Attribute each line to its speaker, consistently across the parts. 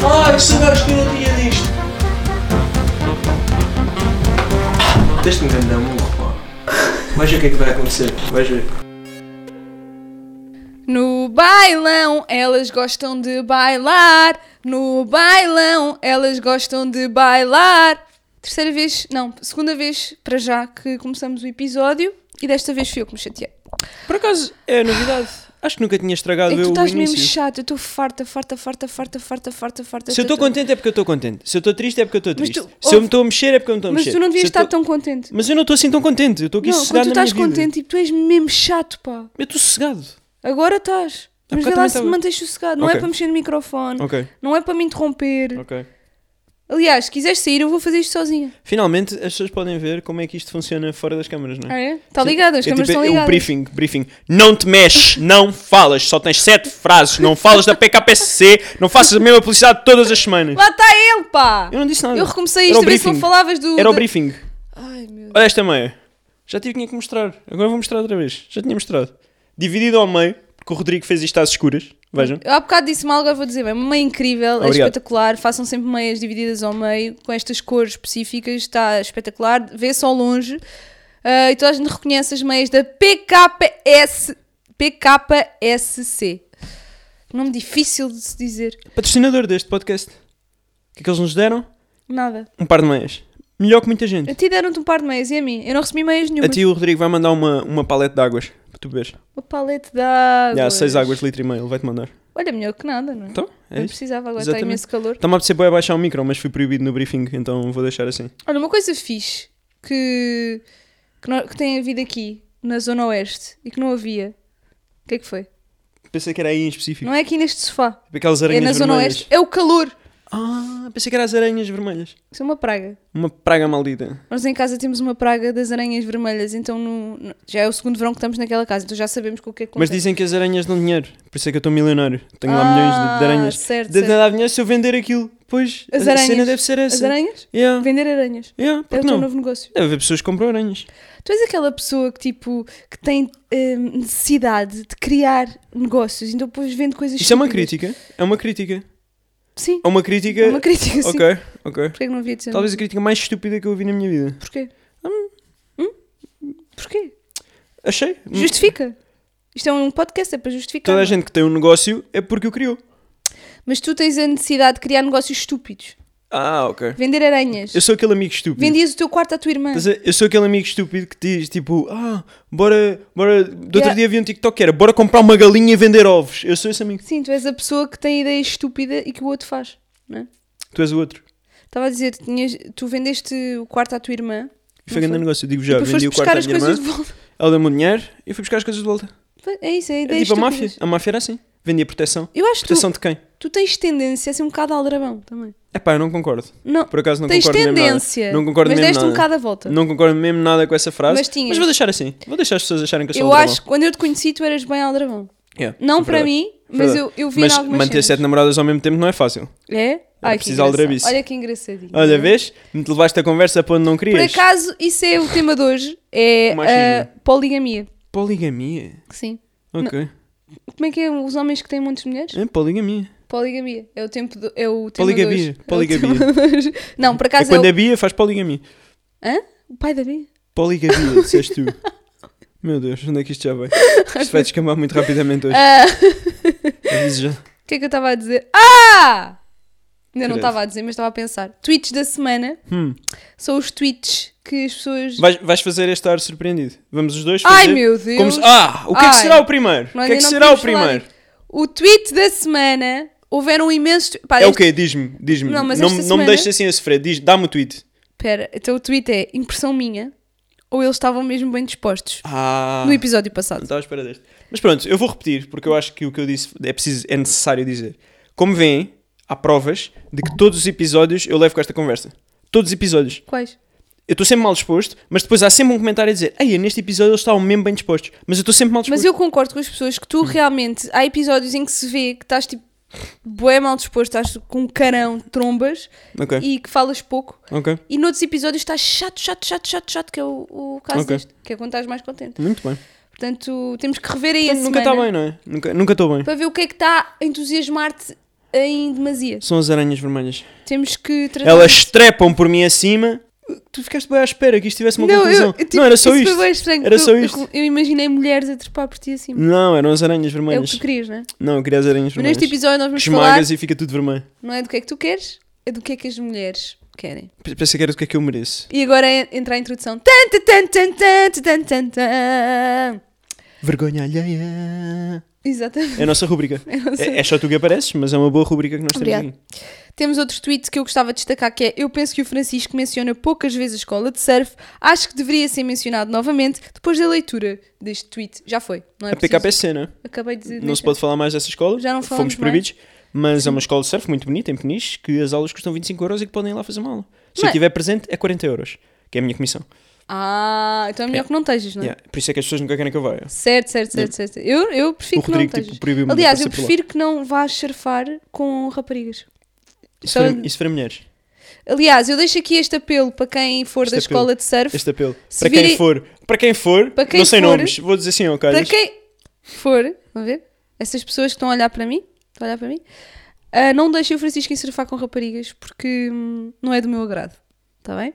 Speaker 1: Caralho, sagares que eu não tinha disto! Deste-me um grande amor, pá. Vais ver o que é que vai acontecer, vais ver.
Speaker 2: No bailão elas gostam de bailar. No bailão elas gostam de bailar. Terceira vez, não, segunda vez para já que começamos o episódio e desta vez fui eu que me chateei.
Speaker 1: Por acaso, é novidade. Acho que nunca tinha estragado
Speaker 2: É que tu
Speaker 1: eu
Speaker 2: estás
Speaker 1: o
Speaker 2: mesmo
Speaker 1: início.
Speaker 2: chato, eu estou farta, farta, farta, farta, farta, farta, farta.
Speaker 1: Se eu estou
Speaker 2: farta.
Speaker 1: contente é porque eu estou contente. Se eu estou triste é porque eu estou
Speaker 2: Mas tu-
Speaker 1: triste. Se eu
Speaker 2: ouve-
Speaker 1: me estou a mexer é porque eu me estou a
Speaker 2: Mas
Speaker 1: mexer.
Speaker 2: tu não devias
Speaker 1: Se eu
Speaker 2: estar
Speaker 1: estou-
Speaker 2: tão contente.
Speaker 1: Mas eu não estou assim tão contente. Eu estou aqui
Speaker 2: Não, quando
Speaker 1: sossegado
Speaker 2: tu
Speaker 1: na minha
Speaker 2: estás
Speaker 1: vida.
Speaker 2: contente, tipo, tu és mesmo chato, pá.
Speaker 1: Eu estou sossegado.
Speaker 2: Agora estás.
Speaker 1: Há
Speaker 2: Mas vê
Speaker 1: bocado
Speaker 2: lá
Speaker 1: Então também
Speaker 2: se
Speaker 1: estava.
Speaker 2: me mantens sossegado. Não é
Speaker 1: Ok.
Speaker 2: para mexer no microfone.
Speaker 1: Ok,
Speaker 2: Não é para me interromper.
Speaker 1: ok.
Speaker 2: Aliás, se quiseres sair, eu vou fazer isto sozinha.
Speaker 1: Finalmente as pessoas podem ver como é que isto funciona fora das câmaras, não é?
Speaker 2: Ah, é? Está ligado, as
Speaker 1: É
Speaker 2: câmaras
Speaker 1: tipo,
Speaker 2: estão
Speaker 1: é
Speaker 2: ligadas.
Speaker 1: um briefing, briefing. Não te mexes, não falas, só tens sete frases, não falas da PKPC, não faças a mesma publicidade todas as semanas.
Speaker 2: Lá está ele, pá!
Speaker 1: Eu não disse nada.
Speaker 2: Eu recomecei
Speaker 1: Era
Speaker 2: isto
Speaker 1: o
Speaker 2: a ver se não
Speaker 1: briefing.
Speaker 2: falavas do.
Speaker 1: Era o
Speaker 2: do-
Speaker 1: briefing.
Speaker 2: Ai, meu Deus.
Speaker 1: Olha esta meia. Já tive tinha que mostrar. Agora vou mostrar outra vez. Já tinha mostrado. Dividido ao meio, porque o Rodrigo fez isto às escuras. Vejam.
Speaker 2: Eu há bocado disse mal, agora vou dizer bem. Uma meia incrível, é
Speaker 1: Obrigado.
Speaker 2: espetacular. Façam sempre meias divididas ao meio, com estas cores específicas, está espetacular. Vê-se ao longe. Ah, e toda a gente reconhece as meias da PKS. PKSC. Nome difícil de se dizer.
Speaker 1: Patrocinador deste podcast. O que é que eles nos deram?
Speaker 2: Nada.
Speaker 1: Um par de meias. Melhor que muita
Speaker 2: A
Speaker 1: gente.
Speaker 2: ti deram-te um par de meias e a mim? Eu não recebi meias nenhuma.
Speaker 1: A ti o Rodrigo vai mandar uma, uma palete de águas. Para tu beberes.
Speaker 2: Uma palete de água.
Speaker 1: Já, seis águas, litro e meio. Ele vai-te mandar.
Speaker 2: Olha, melhor que nada, não é?
Speaker 1: Então, é
Speaker 2: não
Speaker 1: isso.
Speaker 2: precisava, agora está
Speaker 1: Exatamente.
Speaker 2: imenso calor.
Speaker 1: Está-me a apetecer bem abaixar o micro, mas fui proibido no briefing, então vou deixar assim.
Speaker 2: Olha, uma coisa fixe que, que, nó- que tem havido aqui na Zona Oeste e que não havia. O que é que foi?
Speaker 1: Pensei que era aí em específico.
Speaker 2: Não é aqui neste sofá.
Speaker 1: Tipo Aquelas
Speaker 2: É
Speaker 1: aranhas
Speaker 2: na Zona
Speaker 1: vermelhas.
Speaker 2: Oeste. É o calor.
Speaker 1: Ah, pensei que era as aranhas vermelhas.
Speaker 2: Isso é uma praga.
Speaker 1: Uma praga maldita.
Speaker 2: Nós em casa temos uma praga das aranhas vermelhas, então no- no- já é o segundo verão que estamos naquela casa, então já sabemos com o que é que
Speaker 1: Mas
Speaker 2: acontece.
Speaker 1: dizem que as aranhas dão dinheiro, por isso é que eu estou milionário. Tenho lá
Speaker 2: Ah,
Speaker 1: milhões de, de aranhas.
Speaker 2: certo,
Speaker 1: de, de
Speaker 2: certo.
Speaker 1: dar dinheiro se eu vender aquilo. Pois,
Speaker 2: As
Speaker 1: a
Speaker 2: aranhas.
Speaker 1: cena deve ser essa.
Speaker 2: As aranhas?
Speaker 1: Yeah,
Speaker 2: Vender aranhas.
Speaker 1: yeah,
Speaker 2: É o
Speaker 1: porque
Speaker 2: teu
Speaker 1: não?
Speaker 2: novo negócio.
Speaker 1: Deve haver pessoas que compram aranhas.
Speaker 2: Tu és aquela pessoa que tipo que tem eh, necessidade de criar negócios, então depois vende coisas
Speaker 1: Isso é uma
Speaker 2: estúpidas.
Speaker 1: crítica? É uma crítica?
Speaker 2: Sim.
Speaker 1: É uma crítica?
Speaker 2: É uma crítica, sim.
Speaker 1: Ok, ok.
Speaker 2: Porquê que não havia de ser?
Speaker 1: Talvez a crítica mais estúpida que eu ouvi na minha vida.
Speaker 2: Porquê? Hum? Porquê?
Speaker 1: Achei.
Speaker 2: Justifica. Isto é um podcast, é para justificar.
Speaker 1: Hum. Toda
Speaker 2: não
Speaker 1: a
Speaker 2: é?
Speaker 1: gente que tem um negócio é porque o criou.
Speaker 2: Mas tu tens a necessidade de criar negócios estúpidos.
Speaker 1: Ah, ok.
Speaker 2: Vender aranhas.
Speaker 1: Eu sou aquele amigo estúpido.
Speaker 2: Vendias o teu quarto à tua irmã.
Speaker 1: Estás a- Eu sou aquele amigo estúpido que diz tipo, ah, bora, bora. Do outro
Speaker 2: Yeah.
Speaker 1: dia vi um TikTok que era, bora comprar uma galinha e vender ovos. Eu sou esse amigo.
Speaker 2: Sim, tu és a pessoa que tem a ideia estúpida e que o outro faz. Não é?
Speaker 1: Tu és o outro.
Speaker 2: Estava a dizer, tu, tinhas- tu vendeste o quarto à tua irmã.
Speaker 1: E foi
Speaker 2: Não
Speaker 1: grande
Speaker 2: foi?
Speaker 1: negócio. Eu digo já,
Speaker 2: depois foste
Speaker 1: vendi o
Speaker 2: buscar
Speaker 1: quarto à
Speaker 2: as
Speaker 1: minha
Speaker 2: coisas
Speaker 1: irmã,
Speaker 2: de volta.
Speaker 1: ela deu-me o dinheiro e eu fui buscar as coisas de volta.
Speaker 2: É isso, é a
Speaker 1: É
Speaker 2: ideia
Speaker 1: tipo a máfia.
Speaker 2: estúpidas.
Speaker 1: A máfia era assim. Vendia proteção.
Speaker 2: Eu acho que tu,
Speaker 1: Proteção de quem?
Speaker 2: tu tens tendência a ser um bocado aldrabão também.
Speaker 1: É pá, eu não concordo.
Speaker 2: Não,
Speaker 1: Por acaso não
Speaker 2: tens
Speaker 1: concordo mesmo nada.
Speaker 2: tendência.
Speaker 1: Não concordo
Speaker 2: mas
Speaker 1: mesmo
Speaker 2: deste um
Speaker 1: nada.
Speaker 2: bocado a volta.
Speaker 1: Não concordo mesmo nada com essa frase.
Speaker 2: Mas tinhas.
Speaker 1: vou deixar assim. Vou deixar as pessoas acharem que eu sou
Speaker 2: Eu
Speaker 1: um
Speaker 2: acho que quando eu te conheci, tu eras bem aldrabão. Não para mim, mas
Speaker 1: é Verdade.
Speaker 2: eu, eu vi em
Speaker 1: Mas
Speaker 2: algumas
Speaker 1: manter
Speaker 2: cenas.
Speaker 1: sete namoradas ao mesmo tempo não é fácil.
Speaker 2: É? Ai, que
Speaker 1: preciso
Speaker 2: engraçado.
Speaker 1: aldrabice.
Speaker 2: Olha que engraçadinho. é?
Speaker 1: Olha, vês? Me levaste a conversa para onde não
Speaker 2: Por
Speaker 1: querias.
Speaker 2: acaso, isso é o tema de hoje. É
Speaker 1: O machismo.
Speaker 2: a poligamia.
Speaker 1: Poligamia?
Speaker 2: Sim.
Speaker 1: Ok.
Speaker 2: Como é que é os homens que têm muitas mulheres?
Speaker 1: É poligamia.
Speaker 2: Poligamia. É o, tempo do, é o tema
Speaker 1: Poligamia,
Speaker 2: de hoje.
Speaker 1: poligamia.
Speaker 2: É o tema de hoje. Não, por
Speaker 1: É
Speaker 2: acaso é,
Speaker 1: quando
Speaker 2: o...
Speaker 1: a Bia faz poligamia.
Speaker 2: Hã? O pai da Bia?
Speaker 1: Poligamia, disseste tu. Meu Deus, onde é que isto já vai? Isto vai descambar muito rapidamente hoje.
Speaker 2: Ah,
Speaker 1: Aviso já.
Speaker 2: O que é que eu estava a dizer? Ah! Ainda
Speaker 1: Credo.
Speaker 2: não estava a dizer, mas estava a pensar. Tweets da semana
Speaker 1: Hum.
Speaker 2: são os tweets que as pessoas...
Speaker 1: Vais, vais fazer este ar surpreendido. Vamos os dois fazer.
Speaker 2: Ai, meu Deus!
Speaker 1: como se- Ah, o que é que
Speaker 2: Ai.
Speaker 1: será o primeiro? O
Speaker 2: Nós
Speaker 1: que é que
Speaker 2: ainda não
Speaker 1: será o
Speaker 2: podemos falar
Speaker 1: primeiro?
Speaker 2: disso. O tweet da semana houveram imensos. Pá,
Speaker 1: É o
Speaker 2: este-
Speaker 1: quê? Diz-me, diz-me. Não,
Speaker 2: Não, mas
Speaker 1: me-
Speaker 2: esta
Speaker 1: não me
Speaker 2: semana-
Speaker 1: deixes assim a sofrer. Diz, dá-me o tweet.
Speaker 2: Pera, então o tweet é impressão minha ou eles estavam mesmo bem dispostos
Speaker 1: Ah,
Speaker 2: no episódio
Speaker 1: não
Speaker 2: passado.
Speaker 1: estava à espera deste. Mas pronto, eu vou repetir, porque eu acho que o que eu disse é, preciso, é necessário dizer. Como veem, há provas de que todos os episódios eu levo com esta conversa. Todos os episódios.
Speaker 2: Quais?
Speaker 1: Eu estou sempre mal disposto, mas depois há sempre um comentário a dizer: Ei, neste episódio eles estavam mesmo bem dispostos. Mas eu estou sempre mal disposto.
Speaker 2: Mas eu concordo com as pessoas que tu
Speaker 1: Hum.
Speaker 2: realmente. Há episódios em que se vê que estás tipo. Boé mal disposto, estás com um carão de trombas
Speaker 1: Ok,
Speaker 2: e que falas pouco.
Speaker 1: ok.
Speaker 2: E noutros episódios estás chato, chato, chato, chato, chato, que é o, o caso
Speaker 1: Ok.
Speaker 2: deste, que é quando estás mais contente.
Speaker 1: Muito bem.
Speaker 2: Portanto, temos que rever aí a
Speaker 1: Nunca tá
Speaker 2: semana
Speaker 1: está bem, não é? Nunca estou bem.
Speaker 2: para ver o que é que está a entusiasmar-te em demasia.
Speaker 1: São as aranhas vermelhas.
Speaker 2: Temos que tratar.
Speaker 1: Elas estrepam por mim acima. Tu ficaste bem à espera que isto tivesse uma conclusão.
Speaker 2: eu- eu tive-
Speaker 1: não, era só
Speaker 2: isso foi
Speaker 1: isto.
Speaker 2: bué estranho,
Speaker 1: Era
Speaker 2: porque
Speaker 1: só
Speaker 2: eu- eu-
Speaker 1: isto.
Speaker 2: Eu imaginei mulheres a trepar por ti assim.
Speaker 1: Não, eram as aranhas
Speaker 2: É o que
Speaker 1: vermelhas.
Speaker 2: tu querias, não é?
Speaker 1: Não, eu queria as aranhas
Speaker 2: Mas
Speaker 1: vermelhas.
Speaker 2: neste episódio nós vamos falar
Speaker 1: Esmagas e fica tudo vermelho.
Speaker 2: não é do que é que tu queres, é do que é que as mulheres querem.
Speaker 1: P- Pensei que era o que é que eu mereço.
Speaker 2: E agora en- entra a introdução. Tan, tan, tan, tan, tan, tan, tan, tan.
Speaker 1: Vergonha alheia.
Speaker 2: Exatamente.
Speaker 1: É a nossa rúbrica.
Speaker 2: Eu não sei.
Speaker 1: É, é só tu que apareces, mas é uma boa rúbrica que nós temos
Speaker 2: Obrigada.
Speaker 1: aqui.
Speaker 2: Temos outro tweet que eu gostava de destacar que é Eu penso que o Francisco menciona poucas vezes a escola de surf. Acho que deveria ser mencionado novamente depois da leitura deste tweet. Já foi, não é
Speaker 1: A
Speaker 2: preciso.
Speaker 1: PKPC, não é?
Speaker 2: Acabei de
Speaker 1: Não se
Speaker 2: deixar.
Speaker 1: pode falar mais dessa escola.
Speaker 2: Já não falamos
Speaker 1: Fomos proibidos. Mas é uma escola de surf muito bonita, em Peniche, que as aulas custam 25 euros e que podem ir lá fazer uma aula. Se eu
Speaker 2: Mas-
Speaker 1: estiver presente, é 40 euros, que é a minha comissão.
Speaker 2: Ah, então é melhor
Speaker 1: É.
Speaker 2: que não estejas, não é?
Speaker 1: Yeah. Por isso é que as pessoas nunca querem que eu vá.
Speaker 2: Certo, certo, certo, certo. Eu, eu prefiro
Speaker 1: o
Speaker 2: que não
Speaker 1: Rodrigo
Speaker 2: estejas.
Speaker 1: tipo, proibiu-me
Speaker 2: Aliás,
Speaker 1: de
Speaker 2: eu
Speaker 1: passar por lá.
Speaker 2: prefiro que não vás surfar com raparigas.
Speaker 1: Isso para,
Speaker 2: Só-
Speaker 1: isso para mulheres.
Speaker 2: Aliás, eu deixo aqui este apelo para quem for
Speaker 1: Este
Speaker 2: da
Speaker 1: apelo.
Speaker 2: escola de surf.
Speaker 1: Este apelo.
Speaker 2: Se
Speaker 1: Para
Speaker 2: virem-
Speaker 1: quem for, para quem for,
Speaker 2: Para quem
Speaker 1: não sei
Speaker 2: for-
Speaker 1: nomes, vou dizer assim ao
Speaker 2: Para
Speaker 1: Carlos.
Speaker 2: quem for, vamos ver? Essas pessoas que estão a olhar para mim, estão a olhar para mim, ah, não deixem o Francisco ir surfar com raparigas porque hum, não é do meu agrado, está bem?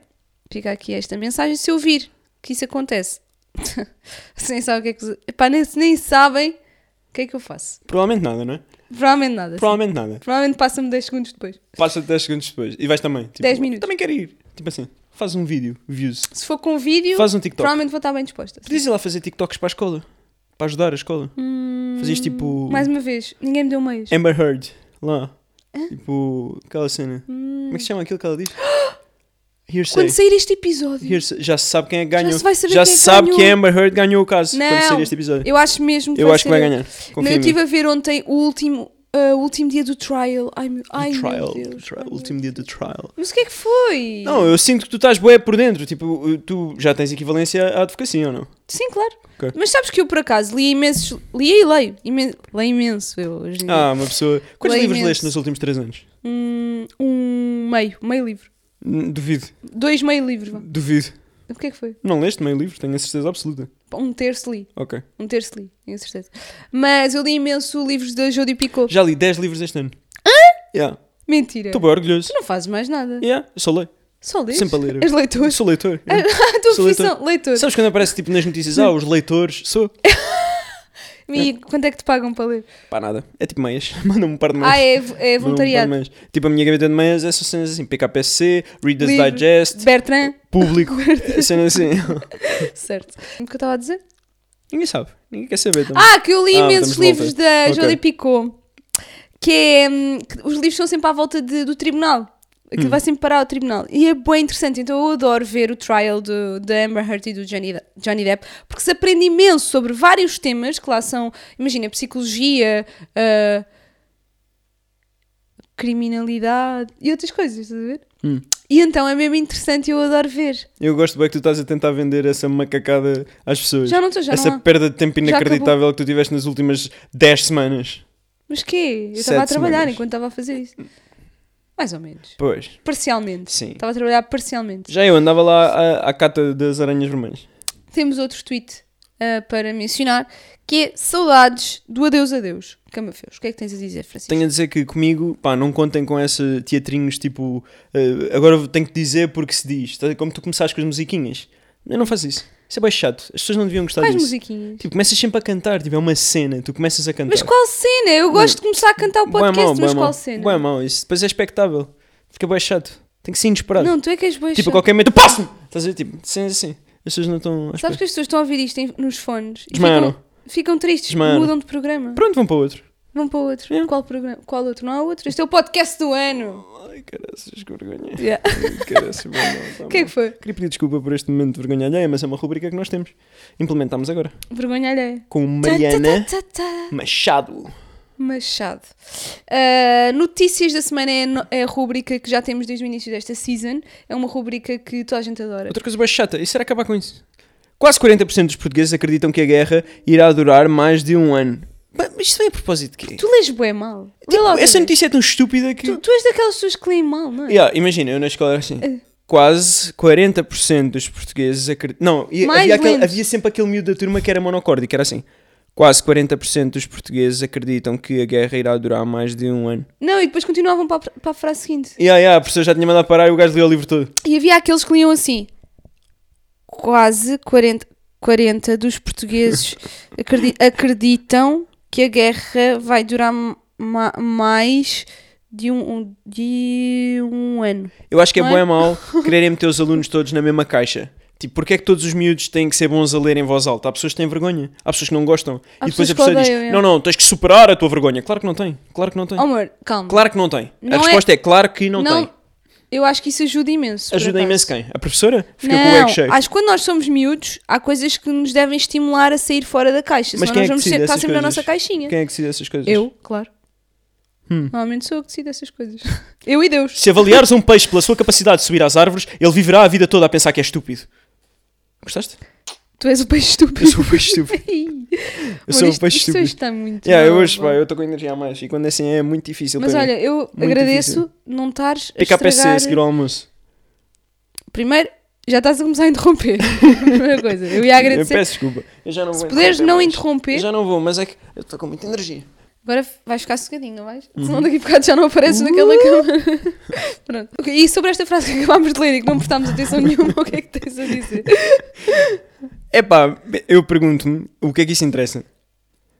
Speaker 2: Fica aqui esta mensagem. Se ouvir que isso acontece, vocês nem sabem o que é que. os- Epá, nem, nem sabem o que é que eu faço.
Speaker 1: Provavelmente nada, não é?
Speaker 2: Provavelmente nada. assim.
Speaker 1: Provavelmente nada.
Speaker 2: Provavelmente passa-me 10 segundos depois.
Speaker 1: Passa 10 segundos depois e vais também. Tipo,
Speaker 2: 10 minutos.
Speaker 1: Também quero ir. Tipo assim, faz um vídeo, views.
Speaker 2: Se for com vídeo,
Speaker 1: Faz um TikTok.
Speaker 2: provavelmente vou estar bem disposta.
Speaker 1: Podias ir lá fazer TikToks para a escola. Para ajudar a escola. Fazias tipo.
Speaker 2: Hum,
Speaker 1: É
Speaker 2: Mais uma vez, ninguém me deu meios.
Speaker 1: Amber Heard. Lá. Tipo. Aquela cena. Como é que se chama aquilo que ela diz? Hearsay.
Speaker 2: Hum. Quando sair este episódio,
Speaker 1: Hearsay. Já se sabe quem é que ganhou.
Speaker 2: já se vai saber
Speaker 1: Já
Speaker 2: quem é
Speaker 1: se sabe
Speaker 2: ganhou.
Speaker 1: que a Amber Heard ganhou o caso. Quando
Speaker 2: Não.
Speaker 1: sair este episódio.
Speaker 2: Eu acho mesmo que
Speaker 1: Eu
Speaker 2: vai
Speaker 1: acho que
Speaker 2: ser
Speaker 1: vai
Speaker 2: ele.
Speaker 1: ganhar.
Speaker 2: Não,
Speaker 1: Confia
Speaker 2: eu
Speaker 1: em mim.
Speaker 2: estive a ver ontem o último, ah, o último dia do trial. Ai, meu, ai, meu
Speaker 1: Do trial,
Speaker 2: Deus.
Speaker 1: do trial,
Speaker 2: ai, meu
Speaker 1: último dia do trial.
Speaker 2: Deus. Mas o que é que foi?
Speaker 1: Não, eu sinto que tu estás bué por dentro. Tipo, tu já tens equivalência à advocacia ou não?
Speaker 2: Sim, claro.
Speaker 1: Ok.
Speaker 2: Mas sabes que eu, por acaso, li imensos... Li e leio. Imen... Leio imenso eu hoje em dia.
Speaker 1: Ah, uma pessoa. Quantos
Speaker 2: Leio
Speaker 1: livros
Speaker 2: imenso.
Speaker 1: leste nos últimos 3 anos?
Speaker 2: Hum, um meio. Meio livro.
Speaker 1: Hum, Duvido,
Speaker 2: Dois meio livros. vá.
Speaker 1: duvido.
Speaker 2: O que é que foi?
Speaker 1: Não leste meio livro, tenho a certeza absoluta.
Speaker 2: Um terço li.
Speaker 1: Ok.
Speaker 2: Um terço li, tenho certeza. Mas eu li imenso livros da Jodie Picot.
Speaker 1: Já li 10 livros este ano. Hã? Yeah.
Speaker 2: Mentira.
Speaker 1: Estou bem orgulhoso.
Speaker 2: Tu não fazes mais nada.
Speaker 1: Yeah, eu sou leio.
Speaker 2: Só lês.
Speaker 1: Sempre a ler.
Speaker 2: És
Speaker 1: Eu
Speaker 2: leitor.
Speaker 1: sou leitor.
Speaker 2: A
Speaker 1: yeah.
Speaker 2: tua
Speaker 1: Sou leitor.
Speaker 2: profissão, leitor.
Speaker 1: Sabes quando aparece tipo nas notícias, ah, os leitores, sou.
Speaker 2: E quanto é que te pagam para ler?
Speaker 1: Pá, nada. É tipo meias. Manda-me um par de meias.
Speaker 2: Ah, é, é
Speaker 1: Manda-me um par de
Speaker 2: voluntariado.
Speaker 1: meias. Tipo, a minha gaveta de meias é só cenas assim, PKPC, Reader's
Speaker 2: Livro.
Speaker 1: Digest,
Speaker 2: Bertrand,
Speaker 1: Público, é cenas assim.
Speaker 2: certo. O que eu estava a dizer?
Speaker 1: Ninguém sabe. Ninguém quer saber também.
Speaker 2: Ah, que eu li
Speaker 1: Ah,
Speaker 2: imensos
Speaker 1: estamos de
Speaker 2: livros
Speaker 1: volta.
Speaker 2: da
Speaker 1: Ok.
Speaker 2: Jodie Picot. Que é. hum, que os livros são sempre à volta de- do tribunal. Aquilo
Speaker 1: Hum.
Speaker 2: vai sempre parar ao tribunal. E é bem interessante. Então eu adoro ver o trial do- da Amber Heard e do Johnny, De- Johnny Depp, porque se aprende imenso sobre vários temas que lá são. Imagina, psicologia. ah, criminalidade e outras coisas, estás a ver?
Speaker 1: Hum.
Speaker 2: E então é mesmo interessante e eu adoro ver.
Speaker 1: Eu gosto bem que tu estás a tentar vender essa macacada às pessoas.
Speaker 2: Já não estou, já
Speaker 1: essa
Speaker 2: não há.
Speaker 1: perda de tempo
Speaker 2: Já acabou.
Speaker 1: inacreditável que tu tiveste nas últimas 10 semanas.
Speaker 2: Mas quê? Eu
Speaker 1: Sete
Speaker 2: estava a trabalhar
Speaker 1: semanas.
Speaker 2: enquanto estava a fazer isso. Mais ou menos.
Speaker 1: Pois.
Speaker 2: Parcialmente.
Speaker 1: Sim.
Speaker 2: Estava a trabalhar parcialmente.
Speaker 1: Já eu andava lá à, à cata das aranhas vermelhas.
Speaker 2: Temos outro tweet ah, para mencionar que é Saudades do Adeus Adeus. Camafeus. O que é que tens a dizer, Francisco?
Speaker 1: Tenho a dizer que comigo, pá, não contem com essa teatrinhos tipo eh, agora tenho que dizer porque se diz. Tá- Como tu começaste com as musiquinhas. Eu não faço isso. Isso é bem chato. As pessoas não deviam gostar
Speaker 2: Faz
Speaker 1: disso.
Speaker 2: musiquinhas.
Speaker 1: Tipo, começas sempre a cantar. Tipo, é uma cena. Tu começas a cantar.
Speaker 2: Mas qual cena? Eu gosto de começar a cantar o podcast, mas qual cena?
Speaker 1: Boa mão. Isso depois é expectável. Fica bem chato. Tem que ser inesperado.
Speaker 2: não, tu é que és boa
Speaker 1: Tipo, a
Speaker 2: chata.
Speaker 1: qualquer momento, passo-me! Estás a ver? Tipo, cenas assim. As pessoas não estão. à espera.
Speaker 2: Sabes que as pessoas estão a ouvir isto em- nos fones e
Speaker 1: Desmaiaram.
Speaker 2: ficam, ficam tristes,
Speaker 1: Desmaiaram.
Speaker 2: mudam de programa.
Speaker 1: Pronto, vão para outro.
Speaker 2: Vão para outro.
Speaker 1: Yeah.
Speaker 2: Qual programa? Qual outro? Não há outro. Este é o podcast do ano.
Speaker 1: Ai, caraças, que vergonha.
Speaker 2: Yeah.
Speaker 1: Ai, Caraças, bom, bom, bom,
Speaker 2: O que é que
Speaker 1: bom.
Speaker 2: foi?
Speaker 1: Queria pedir desculpa por este momento de vergonha alheia, mas é uma rubrica que nós temos. Implementámos agora.
Speaker 2: Vergonha alheia.
Speaker 1: Com Mariana
Speaker 2: Tá, tá, tá, tá.
Speaker 1: Machado.
Speaker 2: Machado. Uh, notícias da semana é, a no- é a rubrica que já temos desde o início desta season. É uma rubrica que toda a gente adora.
Speaker 1: Outra coisa bem chata, isso era acabar com isso. Quase 40% dos portugueses acreditam que a guerra irá durar mais de um ano. Mas isto vem a propósito de quê?
Speaker 2: Tu lês bué mal. Lê
Speaker 1: Tipo,
Speaker 2: lá outra
Speaker 1: essa
Speaker 2: vez.
Speaker 1: notícia é tão estúpida que.
Speaker 2: tu, tu és daquelas pessoas que leem mal, não é?
Speaker 1: Yeah, imagina, eu na escola era assim.
Speaker 2: Eh.
Speaker 1: Quase 40% dos portugueses acreditam. Não, e
Speaker 2: Mais
Speaker 1: havia, aquele-
Speaker 2: lentos.
Speaker 1: havia sempre aquele miúdo da turma que era monocórdico, era assim. quase 40% dos portugueses acreditam que a guerra irá durar mais de um ano.
Speaker 2: Não, e depois continuavam para, a- para a frase seguinte.
Speaker 1: E yeah, yeah, a professora já tinha mandado parar e o gajo leu o livro todo.
Speaker 2: E havia aqueles que liam assim. Quase 40, 40 dos portugueses acredi- acreditam que a guerra vai durar ma- mais de um, um- de um ano.
Speaker 1: Eu acho que é
Speaker 2: Não
Speaker 1: bom
Speaker 2: é?
Speaker 1: e mau quererem meter os alunos todos na mesma caixa. Tipo, porque é que todos os miúdos têm que ser bons a ler em voz alta? Há pessoas que têm vergonha, há pessoas que não gostam.
Speaker 2: Há
Speaker 1: e depois
Speaker 2: pessoas
Speaker 1: a pessoa
Speaker 2: que
Speaker 1: diz:
Speaker 2: odeiam, é.
Speaker 1: Não, não, tens que superar a tua vergonha. Claro que não tem, claro que não tem.
Speaker 2: Oh, amor, calma.
Speaker 1: Claro que não tem.
Speaker 2: Não é-
Speaker 1: a resposta é... claro que não, tem.
Speaker 2: Eu acho que isso ajuda imenso. por
Speaker 1: Ajuda
Speaker 2: acaso.
Speaker 1: imenso quem? A professora? Fica com o
Speaker 2: Não,
Speaker 1: ego cheio.
Speaker 2: acho que quando nós somos miúdos, há coisas que nos devem estimular a sair fora da caixa.
Speaker 1: Mas
Speaker 2: senão
Speaker 1: quem é
Speaker 2: nós
Speaker 1: que
Speaker 2: vamos
Speaker 1: decide
Speaker 2: sempre- estar
Speaker 1: essas
Speaker 2: sempre na
Speaker 1: coisas?
Speaker 2: nossa caixinha.
Speaker 1: Quem é que decide Hum. essas coisas?
Speaker 2: Eu, claro. Normalmente sou eu que decido essas coisas. Eu e Deus.
Speaker 1: Se avaliares um peixe pela sua capacidade de subir às árvores, ele viverá a vida toda a pensar que é estúpido. Gostaste?
Speaker 2: Tu és o peixe estúpido.
Speaker 1: Eu sou o peixe estúpido.
Speaker 2: Eu
Speaker 1: Eu sou o peixe
Speaker 2: isto, é
Speaker 1: estúpido.
Speaker 2: Isto está muito.
Speaker 1: Yeah, eu
Speaker 2: mal,
Speaker 1: hoje,
Speaker 2: pá.
Speaker 1: pá, eu estou com energia a mais. E quando é assim é muito difícil
Speaker 2: Mas
Speaker 1: para
Speaker 2: olha,
Speaker 1: mim.
Speaker 2: eu
Speaker 1: Muito
Speaker 2: agradeço
Speaker 1: difícil.
Speaker 2: não estares a
Speaker 1: PKPC a
Speaker 2: estragar...
Speaker 1: seguir ao almoço.
Speaker 2: Primeiro, já estás a começar a interromper. Primeira coisa. Eu ia
Speaker 1: Eu
Speaker 2: agradecer.
Speaker 1: peço desculpa. Eu já não vou
Speaker 2: Se puderes não
Speaker 1: mais.
Speaker 2: interromper-
Speaker 1: Eu já não vou, mas é que eu estou com muita energia.
Speaker 2: Agora vais ficar sossegadinho, um não vais? Senão daqui a bocado já não apareces naquela câmara. Pronto. Ok, e sobre esta frase que acabámos de ler e que não prestámos atenção nenhuma, o que é que tens a dizer?
Speaker 1: É pá, eu pergunto-me o que é que isso interessa?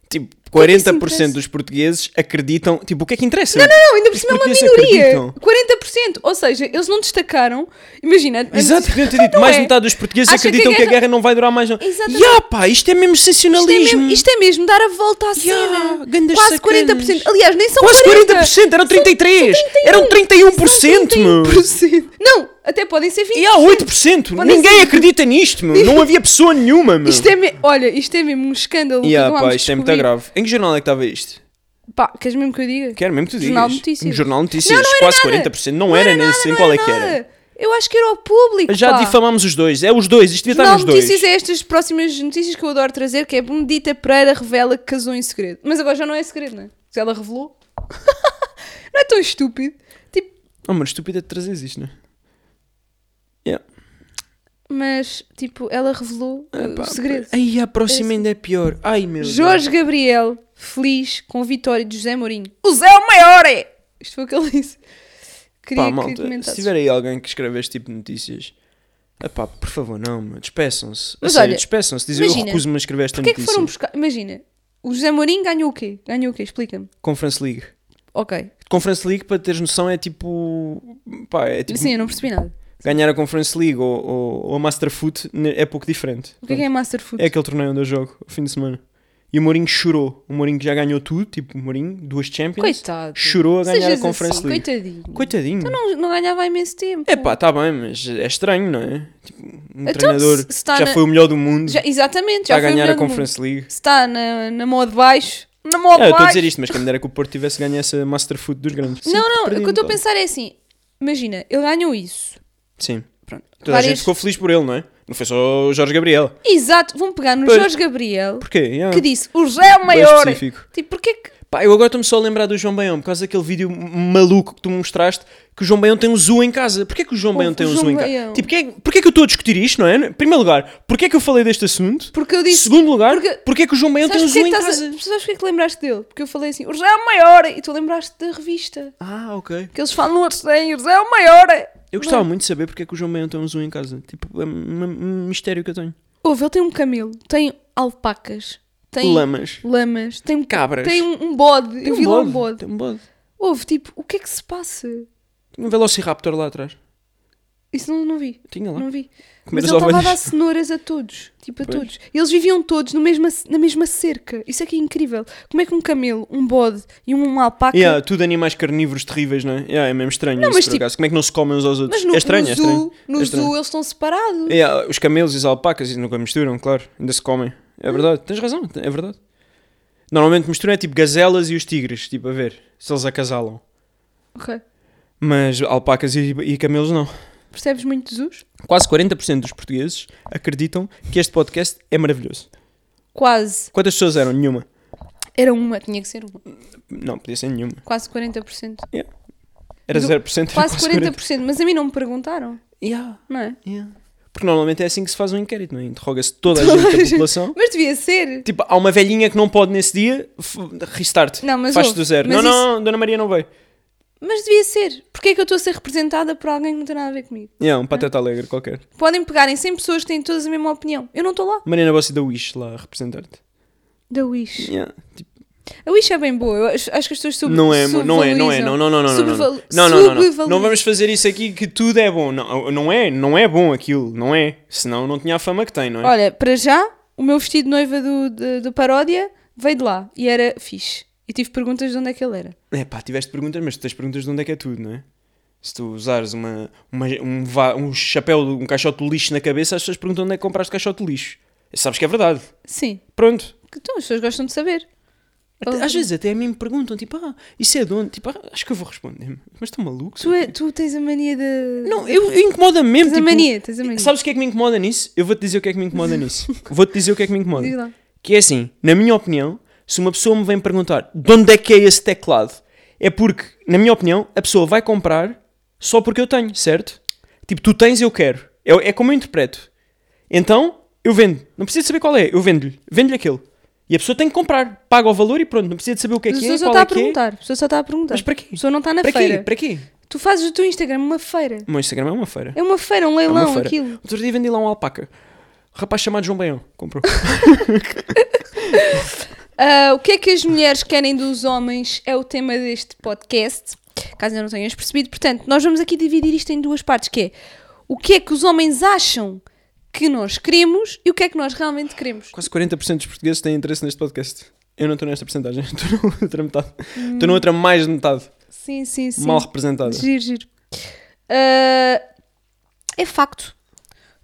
Speaker 1: Tipo,
Speaker 2: é que isso
Speaker 1: 40%
Speaker 2: interessa?
Speaker 1: dos portugueses acreditam. Tipo, o que é que interessa?
Speaker 2: Não, ainda por
Speaker 1: Os
Speaker 2: cima é uma
Speaker 1: portugueses
Speaker 2: minoria.
Speaker 1: acreditam.
Speaker 2: 40%. Ou seja, eles não destacaram. Imagina. é antes-
Speaker 1: Exato, podiam ter dito.
Speaker 2: Não
Speaker 1: Mais
Speaker 2: é?
Speaker 1: de metade dos portugueses
Speaker 2: Acha que a
Speaker 1: acreditam que a,
Speaker 2: guerra-
Speaker 1: guerra não vai durar mais. não.
Speaker 2: Exatamente.
Speaker 1: Ya, pá, isto é mesmo
Speaker 2: Isto é,
Speaker 1: sensacionalismo.
Speaker 2: mesmo, isto é mesmo dar a volta à
Speaker 1: Ya,
Speaker 2: cena.
Speaker 1: grandes
Speaker 2: Quase
Speaker 1: sacanas.
Speaker 2: 40%. Aliás, nem são um.
Speaker 1: Quase
Speaker 2: 40.
Speaker 1: 40%, eram 33%. eram 31%, meu.
Speaker 2: 31%. Não, até podem ser 20%.
Speaker 1: E há 8%.
Speaker 2: Podem
Speaker 1: Ninguém
Speaker 2: ser.
Speaker 1: acredita nisto, meu. Não havia pessoa nenhuma, meu.
Speaker 2: assim- Isto é me... Olha, isto é mesmo um escândalo. que
Speaker 1: Ya,
Speaker 2: acabámos
Speaker 1: pá,
Speaker 2: de
Speaker 1: isto é muito
Speaker 2: descobrir.
Speaker 1: grave. Em que jornal é que estava isto?
Speaker 2: Pá, queres mesmo que eu diga?
Speaker 1: Quero mesmo que tu digas.
Speaker 2: Jornal de Notícias.
Speaker 1: Um Jornal de Notícias.
Speaker 2: Não, não era
Speaker 1: Quase
Speaker 2: nada.
Speaker 1: 40%. Não, era, nem sei
Speaker 2: não
Speaker 1: qual é
Speaker 2: era
Speaker 1: que era.
Speaker 2: nada. Eu acho que era o público.
Speaker 1: Já
Speaker 2: pá.
Speaker 1: difamámos os dois. É os dois. Isto devia estar
Speaker 2: Jornal
Speaker 1: nos
Speaker 2: de
Speaker 1: dois.
Speaker 2: Notícias é estas próximas notícias que eu adoro trazer, que é Benedita Pereira revela que casou em segredo. Mas agora já não é segredo, não é? Se ela revelou. não é tão estúpido. Tipo,
Speaker 1: Oh, mano, estúpido é de trazer isto, não é? Yeah.
Speaker 2: mas, tipo, ela revelou uh,
Speaker 1: Epá,
Speaker 2: o segredo.
Speaker 1: É
Speaker 2: assim.
Speaker 1: Aí a próxima ainda é pior. Ai, meu Deus.
Speaker 2: Jorge Gabriel, feliz com a vitória de José Mourinho. O Zé é o maior é! Isto foi o que ele disse. Queria
Speaker 1: Pá,
Speaker 2: que
Speaker 1: malta, se
Speaker 2: comentasses.
Speaker 1: tiver aí alguém que escreve este tipo de notícias, epá, por favor, não, meu, despeçam-se. A
Speaker 2: Mas
Speaker 1: sério,
Speaker 2: olha,
Speaker 1: despeçam-se. Dizem, eu
Speaker 2: imagina,
Speaker 1: recuso-me a escrever esta
Speaker 2: Porquê é que
Speaker 1: notícia.
Speaker 2: foram buscar? Imagina, o José Mourinho ganhou o quê? Ganhou o quê? Explica-me.
Speaker 1: Conference League.
Speaker 2: Ok.
Speaker 1: Conference League, para teres noção, é tipo. Pá, é tipo.
Speaker 2: Sim, eu não percebi nada.
Speaker 1: Ganhar a Conference League ou, ou, ou a Master Foot ne- é pouco diferente.
Speaker 2: O que é que é Master Foot?
Speaker 1: É aquele torneio onde eu jogo, ao fim de semana. E o Mourinho chorou. O Mourinho que já ganhou tudo, tipo, o Mourinho, duas Champions.
Speaker 2: Coitado.
Speaker 1: Chorou a ganhar
Speaker 2: Sejas
Speaker 1: a Conference
Speaker 2: assim,
Speaker 1: League.
Speaker 2: Coitadinho. Então
Speaker 1: Coitadinho.
Speaker 2: Não, não ganhava há imenso tempo.
Speaker 1: É pá, tá bem, mas é estranho, não é? Tipo, um
Speaker 2: Então,
Speaker 1: treinador
Speaker 2: se- se tá
Speaker 1: que já
Speaker 2: na-
Speaker 1: foi o melhor do mundo
Speaker 2: Já- exatamente, já
Speaker 1: está a
Speaker 2: foi o
Speaker 1: ganhar
Speaker 2: melhor
Speaker 1: a
Speaker 2: do mundo. Oh,
Speaker 1: Conference League.
Speaker 2: Se está na, na mão de baixo, na mão
Speaker 1: Ah, eu
Speaker 2: de
Speaker 1: estou a
Speaker 2: baixo.
Speaker 1: dizer isto, mas quem me dera que o Porto tivesse ganho essa Master Foot dos grandes. Sim,
Speaker 2: não, não, o que eu
Speaker 1: perdido,
Speaker 2: estou a
Speaker 1: pá.
Speaker 2: pensar é assim: imagina, ele ganhou isso.
Speaker 1: Sim.
Speaker 2: Pronto.
Speaker 1: Toda a
Speaker 2: Várias-
Speaker 1: gente ficou feliz por ele, não é? Não foi só o Jorge Gabriel.
Speaker 2: Exato, vamos pegar no
Speaker 1: Pois.
Speaker 2: Jorge Gabriel
Speaker 1: Porquê? Yeah.
Speaker 2: que disse: o José é o
Speaker 1: Bem
Speaker 2: maior.
Speaker 1: específico.
Speaker 2: Tipo, porquê que.
Speaker 1: Pá, eu agora estou-me só a lembrar do João Baião por causa daquele vídeo m- maluco que tu me mostraste que o João Baião tem um zoo em casa. Porquê que o João
Speaker 2: Pô,
Speaker 1: Baião tem
Speaker 2: o
Speaker 1: um
Speaker 2: João
Speaker 1: zoo em casa?
Speaker 2: Baião.
Speaker 1: Tipo, porquê, porquê que eu estou a discutir isto, não é? Em primeiro lugar, porquê que eu falei deste assunto?
Speaker 2: Porque eu disse.
Speaker 1: Segundo lugar,
Speaker 2: porque-
Speaker 1: porquê que o João Baião tem um
Speaker 2: Sabes porquê
Speaker 1: zoo
Speaker 2: que
Speaker 1: em
Speaker 2: estás
Speaker 1: casa?
Speaker 2: a- sabes porquê que lembraste dele? Porque eu falei assim: o José é o maior. E tu lembraste da revista.
Speaker 1: Ah, ok.
Speaker 2: Que eles falam assim: o José é o maior.
Speaker 1: Eu gostava muito de saber porque é que o João Baião tem um zoo em casa. Tipo, é um, um mistério que eu tenho.
Speaker 2: Ouve, ele tem um camelo, tem alpacas, tem
Speaker 1: Lamas.
Speaker 2: lamas, tem,
Speaker 1: Cabras.
Speaker 2: tem um, um bode.
Speaker 1: Tem
Speaker 2: eu
Speaker 1: um
Speaker 2: vi lá um
Speaker 1: bode,
Speaker 2: bode.
Speaker 1: Tem um bode.
Speaker 2: Houve, tipo, o que é que se passa?
Speaker 1: Tinha um velociraptor lá atrás.
Speaker 2: Isso não, não vi,
Speaker 1: Tinha lá.
Speaker 2: não vi.
Speaker 1: Comer
Speaker 2: Hum, Mas
Speaker 1: as
Speaker 2: ele estava a dar
Speaker 1: ovelhas.
Speaker 2: cenouras a todos, tipo a
Speaker 1: Pois.
Speaker 2: todos. E Eles viviam todos no mesma, na mesma cerca. Isso é que é incrível. Como é que um camelo, um bode e um alpaca...
Speaker 1: Yeah, tudo animais carnívoros terríveis, não é? Yeah, é mesmo estranho isso,
Speaker 2: mas
Speaker 1: por
Speaker 2: tipo-
Speaker 1: acaso. Como é que não se comem uns aos outros?
Speaker 2: Mas no,
Speaker 1: é estranho,
Speaker 2: no
Speaker 1: é estranho.
Speaker 2: zoo, no
Speaker 1: É estranho. É.
Speaker 2: zoo eles estão separados.
Speaker 1: Yeah, os camelos e as alpacas isso nunca misturam, claro. Ainda se comem.
Speaker 2: Hum.
Speaker 1: É verdade. Tens razão, é verdade. Normalmente misturam é tipo gazelas e os tigres, tipo, a ver, se eles acasalam.
Speaker 2: Ok.
Speaker 1: Mas alpacas e, e camelos não.
Speaker 2: Percebes muito zoos?
Speaker 1: Quase 40% dos portugueses acreditam que este podcast é maravilhoso.
Speaker 2: Quase.
Speaker 1: Quantas pessoas eram? Nenhuma.
Speaker 2: Era uma, tinha que ser uma.
Speaker 1: Não, podia ser nenhuma.
Speaker 2: Quase 40%.
Speaker 1: Era
Speaker 2: Do-
Speaker 1: 0%. era
Speaker 2: Quase 40%,
Speaker 1: 40%.
Speaker 2: mas a mim não me perguntaram,
Speaker 1: Yeah,
Speaker 2: não é?
Speaker 1: yeah. Porque normalmente é assim que se faz um inquérito, não é? Interroga-se toda a gente da população.
Speaker 2: Mas devia ser.
Speaker 1: Tipo, há uma velhinha que não pode nesse dia, f- restart.
Speaker 2: Não, mas
Speaker 1: Faz-te
Speaker 2: ouve,
Speaker 1: do zero.
Speaker 2: mas
Speaker 1: Não, não, não, Dona Maria não veio.
Speaker 2: Mas devia ser. Porquê é que eu estou a ser representada por alguém que não tem nada a ver comigo?
Speaker 1: É, um pateta alegre qualquer.
Speaker 2: Podem pegar em 100 pessoas que têm todas a mesma opinião. Eu não estou lá.
Speaker 1: Mariana Bossi da Wish lá a representar-te.
Speaker 2: Da Wish.
Speaker 1: Yeah, tipo,
Speaker 2: A Wish é bem boa. Eu acho, acho que as pessoas sub
Speaker 1: não é, mo- não é, não é, não, não, não, não, não, não,
Speaker 2: Subvalo-
Speaker 1: não, não, não, não,
Speaker 2: subvalorizam.
Speaker 1: não vamos fazer isso aqui que tudo é bom, não, não é, não é bom aquilo, não é, senão não tinha a fama que tem, não é?
Speaker 2: Olha, para já, o meu vestido de noiva do, de- do paródia veio de lá e era fixe. E tive perguntas de onde é que ele era.
Speaker 1: É pá, tiveste perguntas, mas tu tens perguntas de onde é que é tudo, não é? Se tu usares uma, uma- um, va- um chapéu, um caixote de lixo na cabeça, as pessoas perguntam onde é que compraste caixote de lixo. Sabes que é verdade.
Speaker 2: Sim.
Speaker 1: Pronto.
Speaker 2: Então, as pessoas gostam de saber.
Speaker 1: Até-
Speaker 2: Ou-
Speaker 1: às vezes até a mim me perguntam, tipo, ah, isso é de onde? Tipo, ah, acho que eu vou responder, mas estou maluco.
Speaker 2: Tu, é- tu tens a mania de.
Speaker 1: Não, eu, eu incomoda mesmo.
Speaker 2: Tens a
Speaker 1: tipo,
Speaker 2: mania, tens a mania.
Speaker 1: Sabes o que é que me incomoda nisso? Eu vou-te dizer o que é que me incomoda nisso. Vou-te dizer o que é que me incomoda.
Speaker 2: Diz lá.
Speaker 1: Que é assim, na minha opinião, se uma pessoa me vem perguntar de onde é que é esse teclado, é porque, na minha opinião, a pessoa vai comprar só porque eu tenho, certo? Tipo, tu tens, eu quero. É, é como eu interpreto. Então, eu vendo. Não precisa de saber qual é, eu vendo-lhe. Vendo-lhe aquele. E a pessoa tem que comprar. Paga o valor e pronto. Não precisa de saber o que é
Speaker 2: Mas a
Speaker 1: que
Speaker 2: pessoa
Speaker 1: é,
Speaker 2: só
Speaker 1: qual
Speaker 2: está
Speaker 1: é
Speaker 2: a
Speaker 1: que é.
Speaker 2: perguntar. A pessoa só está a perguntar.
Speaker 1: Mas para quê?
Speaker 2: A pessoa não está na
Speaker 1: Para
Speaker 2: feira.
Speaker 1: quê? Para quê?
Speaker 2: Tu fazes do teu Instagram uma feira.
Speaker 1: O meu Instagram é uma feira.
Speaker 2: É uma feira, um
Speaker 1: É uma
Speaker 2: leilão,
Speaker 1: feira.
Speaker 2: aquilo.
Speaker 1: Outro dia vendi lá um alpaca. Um rapaz chamado João Baião comprou.
Speaker 2: Ah, o que é que as mulheres querem dos homens é o tema deste podcast, caso ainda não tenhas percebido. Portanto, nós vamos aqui dividir isto em duas partes, que é o que é que os homens acham que nós queremos e o que é que nós realmente queremos.
Speaker 1: Quase 40% dos portugueses têm interesse neste podcast. Eu não estou nesta porcentagem, estou na outra metade. Estou na outra mais de metade.
Speaker 2: Sim, sim, sim.
Speaker 1: Mal representada.
Speaker 2: Giro, giro. Ah, é facto.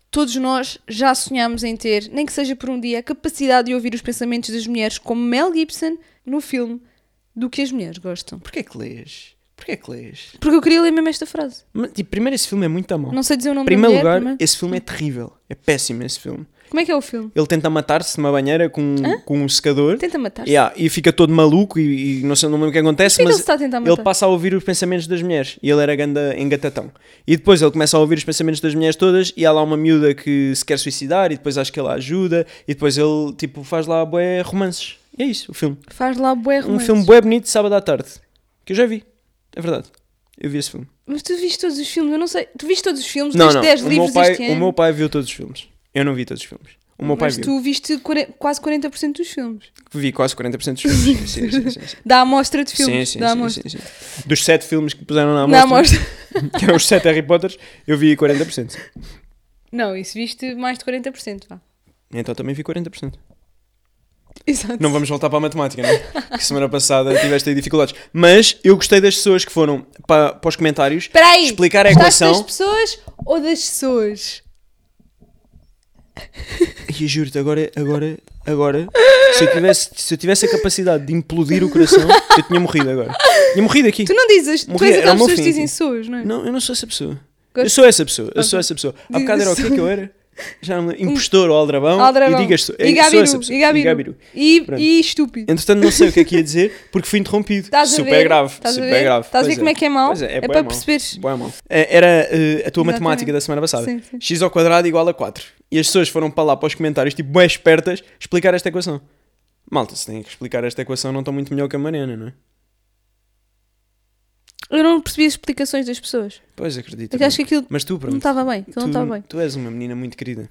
Speaker 2: Todos nós já sonhamos em ter, nem que seja por um dia, a capacidade de ouvir os pensamentos das mulheres como Mel Gibson no filme do que as mulheres gostam.
Speaker 1: Porquê é que lês? Porquê é que lês?
Speaker 2: Porque eu queria ler mesmo esta frase.
Speaker 1: Mas, tipo, primeiro, esse filme é muito a mão.
Speaker 2: Não sei dizer o
Speaker 1: Em
Speaker 2: nome da
Speaker 1: primeiro
Speaker 2: mulher,
Speaker 1: lugar,
Speaker 2: primeiro.
Speaker 1: esse filme é terrível. É péssimo esse filme.
Speaker 2: Como é que é o filme?
Speaker 1: Ele tenta matar-se numa banheira com, com um secador.
Speaker 2: Tenta matar-se.
Speaker 1: Yeah, e fica todo maluco e, e não sei não lembro o que acontece,
Speaker 2: Por que que
Speaker 1: mas
Speaker 2: ele se está a tentar matar?
Speaker 1: ele passa a ouvir os pensamentos das mulheres e ele era ganda engatatão. E depois ele começa a ouvir os pensamentos das mulheres todas e há lá uma miúda que se quer suicidar e depois acho que ela ajuda e depois ele tipo faz lá bué romances. E é isso, o filme.
Speaker 2: Faz lá bué
Speaker 1: Um
Speaker 2: romances.
Speaker 1: filme bué bonito, sábado à tarde, que eu já vi. É verdade. Eu vi esse filme.
Speaker 2: Mas tu viste todos os filmes, eu não sei. Tu viste todos os filmes,
Speaker 1: Não,
Speaker 2: tens
Speaker 1: não.
Speaker 2: 10
Speaker 1: O meu,
Speaker 2: livros
Speaker 1: pai,
Speaker 2: este ano.
Speaker 1: o meu pai viu todos os filmes. Eu não vi todos os filmes. O meu pai
Speaker 2: Mas
Speaker 1: viu.
Speaker 2: tu viste quare- quase 40% dos filmes.
Speaker 1: Vi quase 40% dos filmes. Sim, sim, sim, sim, sim.
Speaker 2: Da amostra de
Speaker 1: Sim,
Speaker 2: filmes.
Speaker 1: sim,
Speaker 2: da
Speaker 1: sim,
Speaker 2: amostra.
Speaker 1: sim, sim. Dos sete filmes que puseram na
Speaker 2: Da
Speaker 1: amostra,
Speaker 2: amostra.
Speaker 1: que eram os sete Harry Potters, eu vi 40%.
Speaker 2: Não, isso viste mais de 40%. Vá.
Speaker 1: Então também vi 40%.
Speaker 2: Exato.
Speaker 1: Não vamos voltar para a matemática, não é? Que semana passada tiveste aí dificuldades. Mas eu gostei das pessoas que foram para, para os comentários
Speaker 2: Espera aí.
Speaker 1: explicar a
Speaker 2: gostaste das
Speaker 1: equação.
Speaker 2: pessoas ou das pessoas?
Speaker 1: E eu juro-te, agora, agora, agora, se eu, tivesse, se eu tivesse a capacidade de implodir o coração, eu tinha morrido agora. Tinha morrido aqui.
Speaker 2: Tu não dizes. Tu
Speaker 1: Morria,
Speaker 2: és
Speaker 1: era o
Speaker 2: aquelas
Speaker 1: meu
Speaker 2: pessoas que
Speaker 1: fim,
Speaker 2: dizem
Speaker 1: sim.
Speaker 2: pessoas, não é?
Speaker 1: Não, eu não sou essa pessoa.
Speaker 2: Gosto-
Speaker 1: Eu sou essa pessoa, eu sou essa pessoa. Há
Speaker 2: Diz-
Speaker 1: bocado era o que é que eu era? Já não me lembro. Impostor ou aldrabão.
Speaker 2: Aldrabão.
Speaker 1: E digas
Speaker 2: E
Speaker 1: tu. eu sou essa
Speaker 2: Gabiru.
Speaker 1: pessoa.
Speaker 2: E Gabiru. E,
Speaker 1: Pronto.
Speaker 2: e estúpido.
Speaker 1: Entretanto, não sei o que é que ia dizer porque fui interrompido.
Speaker 2: Estás a
Speaker 1: super
Speaker 2: ver?
Speaker 1: grave.
Speaker 2: Estás
Speaker 1: super
Speaker 2: a ver?
Speaker 1: grave.
Speaker 2: Estás a ver
Speaker 1: Pois
Speaker 2: como é que é mau?
Speaker 1: Pois
Speaker 2: É
Speaker 1: bué
Speaker 2: para
Speaker 1: mau.
Speaker 2: perceberes.
Speaker 1: Bué mau. É, Era eh, a tua
Speaker 2: Exatamente.
Speaker 1: matemática da semana passada.
Speaker 2: Sim, sim.
Speaker 1: X ao quadrado igual a 4. E as pessoas foram para lá para os comentários, tipo, bem espertas, explicar esta equação. Malta, se têm que explicar esta equação, não estão muito melhor que a Mariana, não é?
Speaker 2: Eu não percebi as explicações das pessoas.
Speaker 1: Pois acredito.
Speaker 2: Eu acho que aquilo
Speaker 1: Mas tu, pronto.
Speaker 2: não estava bem. Aquilo
Speaker 1: tu,
Speaker 2: não estava bem.
Speaker 1: tu és uma menina muito querida.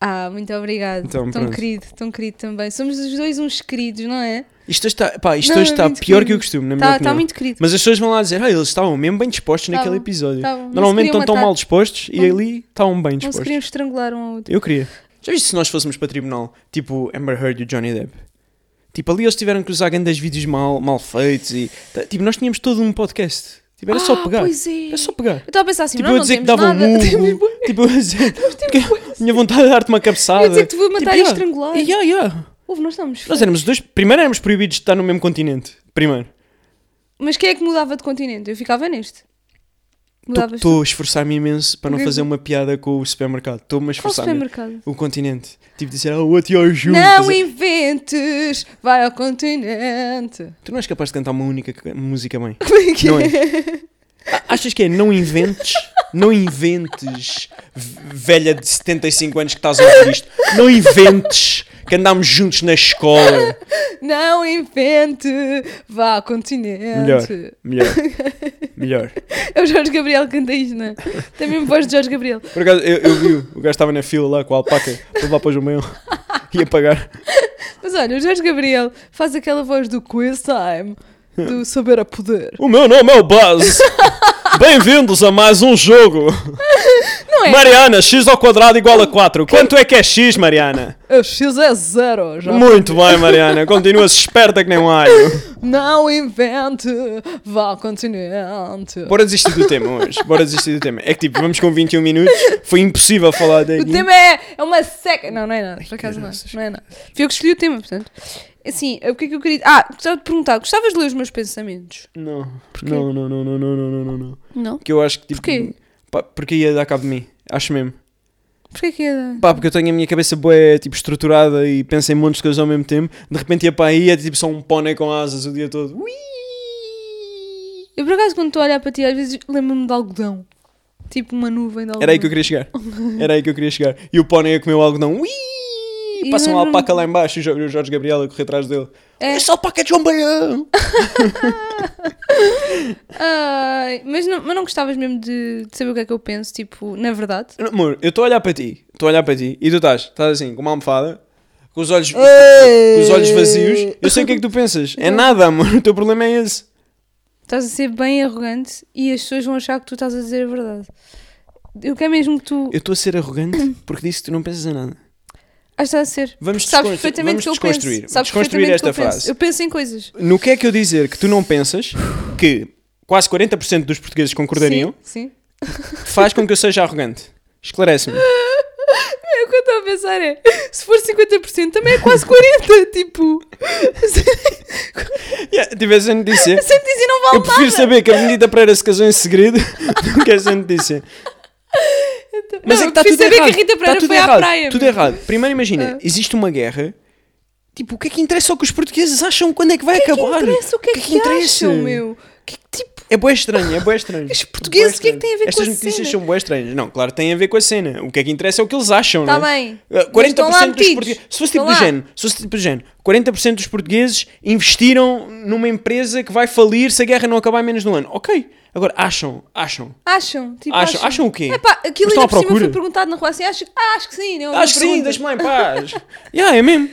Speaker 2: Ah, muito obrigado.
Speaker 1: Então,
Speaker 2: tão
Speaker 1: pronto.
Speaker 2: querido, tão querido também. Somos os dois uns queridos, não é?
Speaker 1: Isto hoje está, pá, isto
Speaker 2: Não,
Speaker 1: hoje
Speaker 2: é
Speaker 1: está
Speaker 2: muito
Speaker 1: pior que
Speaker 2: querido.
Speaker 1: o costume, na minha
Speaker 2: Está
Speaker 1: opinião.
Speaker 2: tá muito querido.
Speaker 1: Mas as pessoas vão lá dizer, ah, eles estavam mesmo bem dispostos naquele
Speaker 2: Estavam,
Speaker 1: episódio.
Speaker 2: estavam. Não se
Speaker 1: Normalmente
Speaker 2: queriam
Speaker 1: estão tão
Speaker 2: matar.
Speaker 1: mal dispostos e
Speaker 2: Não-
Speaker 1: ali estavam bem
Speaker 2: Não se
Speaker 1: dispostos.
Speaker 2: queriam estrangular um ao outro.
Speaker 1: Eu queria. Já viste se nós fôssemos para tribunal, tipo Amber Heard e o Johnny Depp? Tipo, ali eles tiveram que usar grandes vídeos mal, mal feitos e. tá, Tipo, nós tínhamos todo um podcast. Tipo, era só
Speaker 2: Ah,
Speaker 1: pegar.
Speaker 2: Pois é.
Speaker 1: Era só pegar.
Speaker 2: Eu estava a pensar assim,
Speaker 1: tipo,
Speaker 2: nós
Speaker 1: eu a
Speaker 2: não
Speaker 1: dizer que
Speaker 2: temos
Speaker 1: dava
Speaker 2: nada.
Speaker 1: um
Speaker 2: Temos
Speaker 1: murro.
Speaker 2: bué-
Speaker 1: Tipo, eu a dizer.
Speaker 2: temos bué-
Speaker 1: Minha vontade de dar-te uma cabeçada. Tipo,
Speaker 2: Eu ia dizer que te vou matar e
Speaker 1: yeah.
Speaker 2: estrangular.
Speaker 1: Yeah, é- yeah.
Speaker 2: Ouve, nós estamos.
Speaker 1: Nós éramos os dois. Primeiro éramos proibidos de estar no mesmo continente. Primeiro.
Speaker 2: Mas quem é que mudava de continente? Eu ficava neste. Mudavas
Speaker 1: Estou a esforçar-me imenso para não
Speaker 2: Mesmo.
Speaker 1: fazer uma piada com o supermercado. Estou-me a
Speaker 2: Qual
Speaker 1: esforçar. mesmo.
Speaker 2: supermercado?
Speaker 1: O continente. Tipo, dizer, ah, what you you.
Speaker 2: Não inventes, vai ao continente.
Speaker 1: Tu não és capaz de cantar uma única ca- música bem.
Speaker 2: Como é que
Speaker 1: Não
Speaker 2: é?
Speaker 1: é? A- Achas que é não inventes? Não inventes, v- velha de 75 anos que estás a ouvir isto. Não inventes que andámos juntos na escola.
Speaker 2: é? Não invente, vá ao continente.
Speaker 1: Melhor, melhor, melhor.
Speaker 2: É o Jorge Gabriel que canta isto, não é? Tem mesmo voz de Jorge Gabriel.
Speaker 1: Por acaso, eu, eu vi, o gajo estava na fila lá com a alpaca, para levar para o João Ia pagar.
Speaker 2: Mas olha, o Jorge Gabriel faz aquela voz do quiz time, do saber a poder.
Speaker 1: O meu nome é o Buzz. Bem-vindos a mais um jogo.
Speaker 2: Não é?
Speaker 1: Mariana, x ao quadrado igual a 4. Quanto é que é x, Mariana?
Speaker 2: O X é zero, já.
Speaker 1: Muito bem, Mariana. Continuas esperta que nem um alho.
Speaker 2: Não invente, vá ao continente.
Speaker 1: Bora desistir do tema hoje. Bora desistir do tema. É que tipo, vamos com 21 minutos. Foi impossível falar daqui.
Speaker 2: O tema é, é uma seca. Não, não é nada, por acaso não. Não é nada. Fui eu que escolhi o tema, portanto. Assim, o que é que eu queria. Ah, gostava de perguntar, gostavas de ler os meus pensamentos?
Speaker 1: Não, não, não, não, não, não, não, não, não, não.
Speaker 2: Não?
Speaker 1: Que eu acho que tipo.
Speaker 2: Porquê?
Speaker 1: pá, porque ia dar cabo de mim. Acho mesmo.
Speaker 2: Porquê que é.
Speaker 1: Pá, porque eu tenho a minha cabeça boa, tipo, estruturada e penso em montes de coisas ao mesmo tempo. De repente ia para aí e é tipo só um pônei com asas o dia todo. Ui!
Speaker 2: Eu por acaso quando estou a olhar para ti, às vezes lembro-me de algodão. Tipo uma nuvem de algodão.
Speaker 1: Era aí que eu queria chegar. Era aí que eu queria chegar. E o pônei a comer o algodão. Ui!
Speaker 2: E
Speaker 1: Passa um
Speaker 2: lembro-me-
Speaker 1: alpaca lá embaixo e o Jo- e o Jorge Gabriel a correr atrás dele.
Speaker 2: É.
Speaker 1: Esse alpaca é de João Baião!
Speaker 2: Ai, mas, não, mas não gostavas mesmo de, de saber o que é que eu penso, tipo, na verdade?
Speaker 1: Amor, eu estou a olhar para ti. Estou a olhar para ti. E tu estás, estás assim, com uma almofada. Com os olhos, com os olhos vazios. Eu sei o que é que tu pensas. É nada, amor. O teu problema é esse.
Speaker 2: Estás a ser bem arrogante e as pessoas vão achar que tu estás a dizer a verdade. Eu quero mesmo que tu.
Speaker 1: Eu estou a ser arrogante porque disse que tu não pensas em nada.
Speaker 2: Ah, está a ser.
Speaker 1: Vamos
Speaker 2: Sabes
Speaker 1: desconstru-
Speaker 2: perfeitamente
Speaker 1: vamos
Speaker 2: o que eu
Speaker 1: desconstruir.
Speaker 2: penso. Sabes
Speaker 1: Desconstruir
Speaker 2: perfeitamente o que eu
Speaker 1: esta
Speaker 2: penso.
Speaker 1: frase.
Speaker 2: Eu penso em coisas.
Speaker 1: No que é que eu dizer que tu não pensas, que quase 40% dos portugueses concordariam,
Speaker 2: Sim, sim.
Speaker 1: faz com que eu seja arrogante. Esclarece-me.
Speaker 2: É o que eu estou a pensar é, se for 50% também é quase 40%, tipo,
Speaker 1: Yeah, tivesse a notícia.
Speaker 2: sempre dizem não vale
Speaker 1: Eu prefiro
Speaker 2: nada.
Speaker 1: saber que a Benedita Pereira se casou em segredo do que essa notícia. Mas
Speaker 2: Não,
Speaker 1: é que está
Speaker 2: eu prefiro
Speaker 1: tudo
Speaker 2: saber
Speaker 1: errado.
Speaker 2: que a Rita
Speaker 1: Está
Speaker 2: Pereira
Speaker 1: tudo
Speaker 2: foi
Speaker 1: errado.
Speaker 2: à praia. Ah.
Speaker 1: Tudo
Speaker 2: mesmo.
Speaker 1: errado. Primeiro imagina, existe uma guerra. Tipo, o que é que interessa o que os portugueses acham? Quando é que vai
Speaker 2: O que é que
Speaker 1: acabar?
Speaker 2: interessa? O que é que,
Speaker 1: interessa?
Speaker 2: acham, meu? O que é que, tipo,
Speaker 1: É bué estranho, é bué estranho.
Speaker 2: Os portugueses, o que é que tem a ver com
Speaker 1: Estas
Speaker 2: a
Speaker 1: notícias
Speaker 2: cena?
Speaker 1: são bué estranhas. Não, claro, tem a ver com a cena. O que é que interessa é o que eles acham,
Speaker 2: Tá
Speaker 1: não é?
Speaker 2: bem.
Speaker 1: Ah,
Speaker 2: Mas estão lá
Speaker 1: 40% dos
Speaker 2: metidos.
Speaker 1: portugueses... Se fosse
Speaker 2: Estão
Speaker 1: tipo do
Speaker 2: lá.
Speaker 1: género, se fosse tipo do género, 40% dos portugueses investiram numa empresa que vai falir se a guerra não acabar em menos de um ano. Ok. Agora, acham, acham.
Speaker 2: acham? Tipo,
Speaker 1: Acham- acham o quê?
Speaker 2: Epá, aquilo
Speaker 1: Mas estão
Speaker 2: ainda
Speaker 1: à
Speaker 2: por cima
Speaker 1: procura?
Speaker 2: foi perguntado na rua assim, acho, ah, acho que sim. né? Uma
Speaker 1: Acho que sim,
Speaker 2: pergunta.
Speaker 1: deixa-me lá em paz. yeah, é mesmo.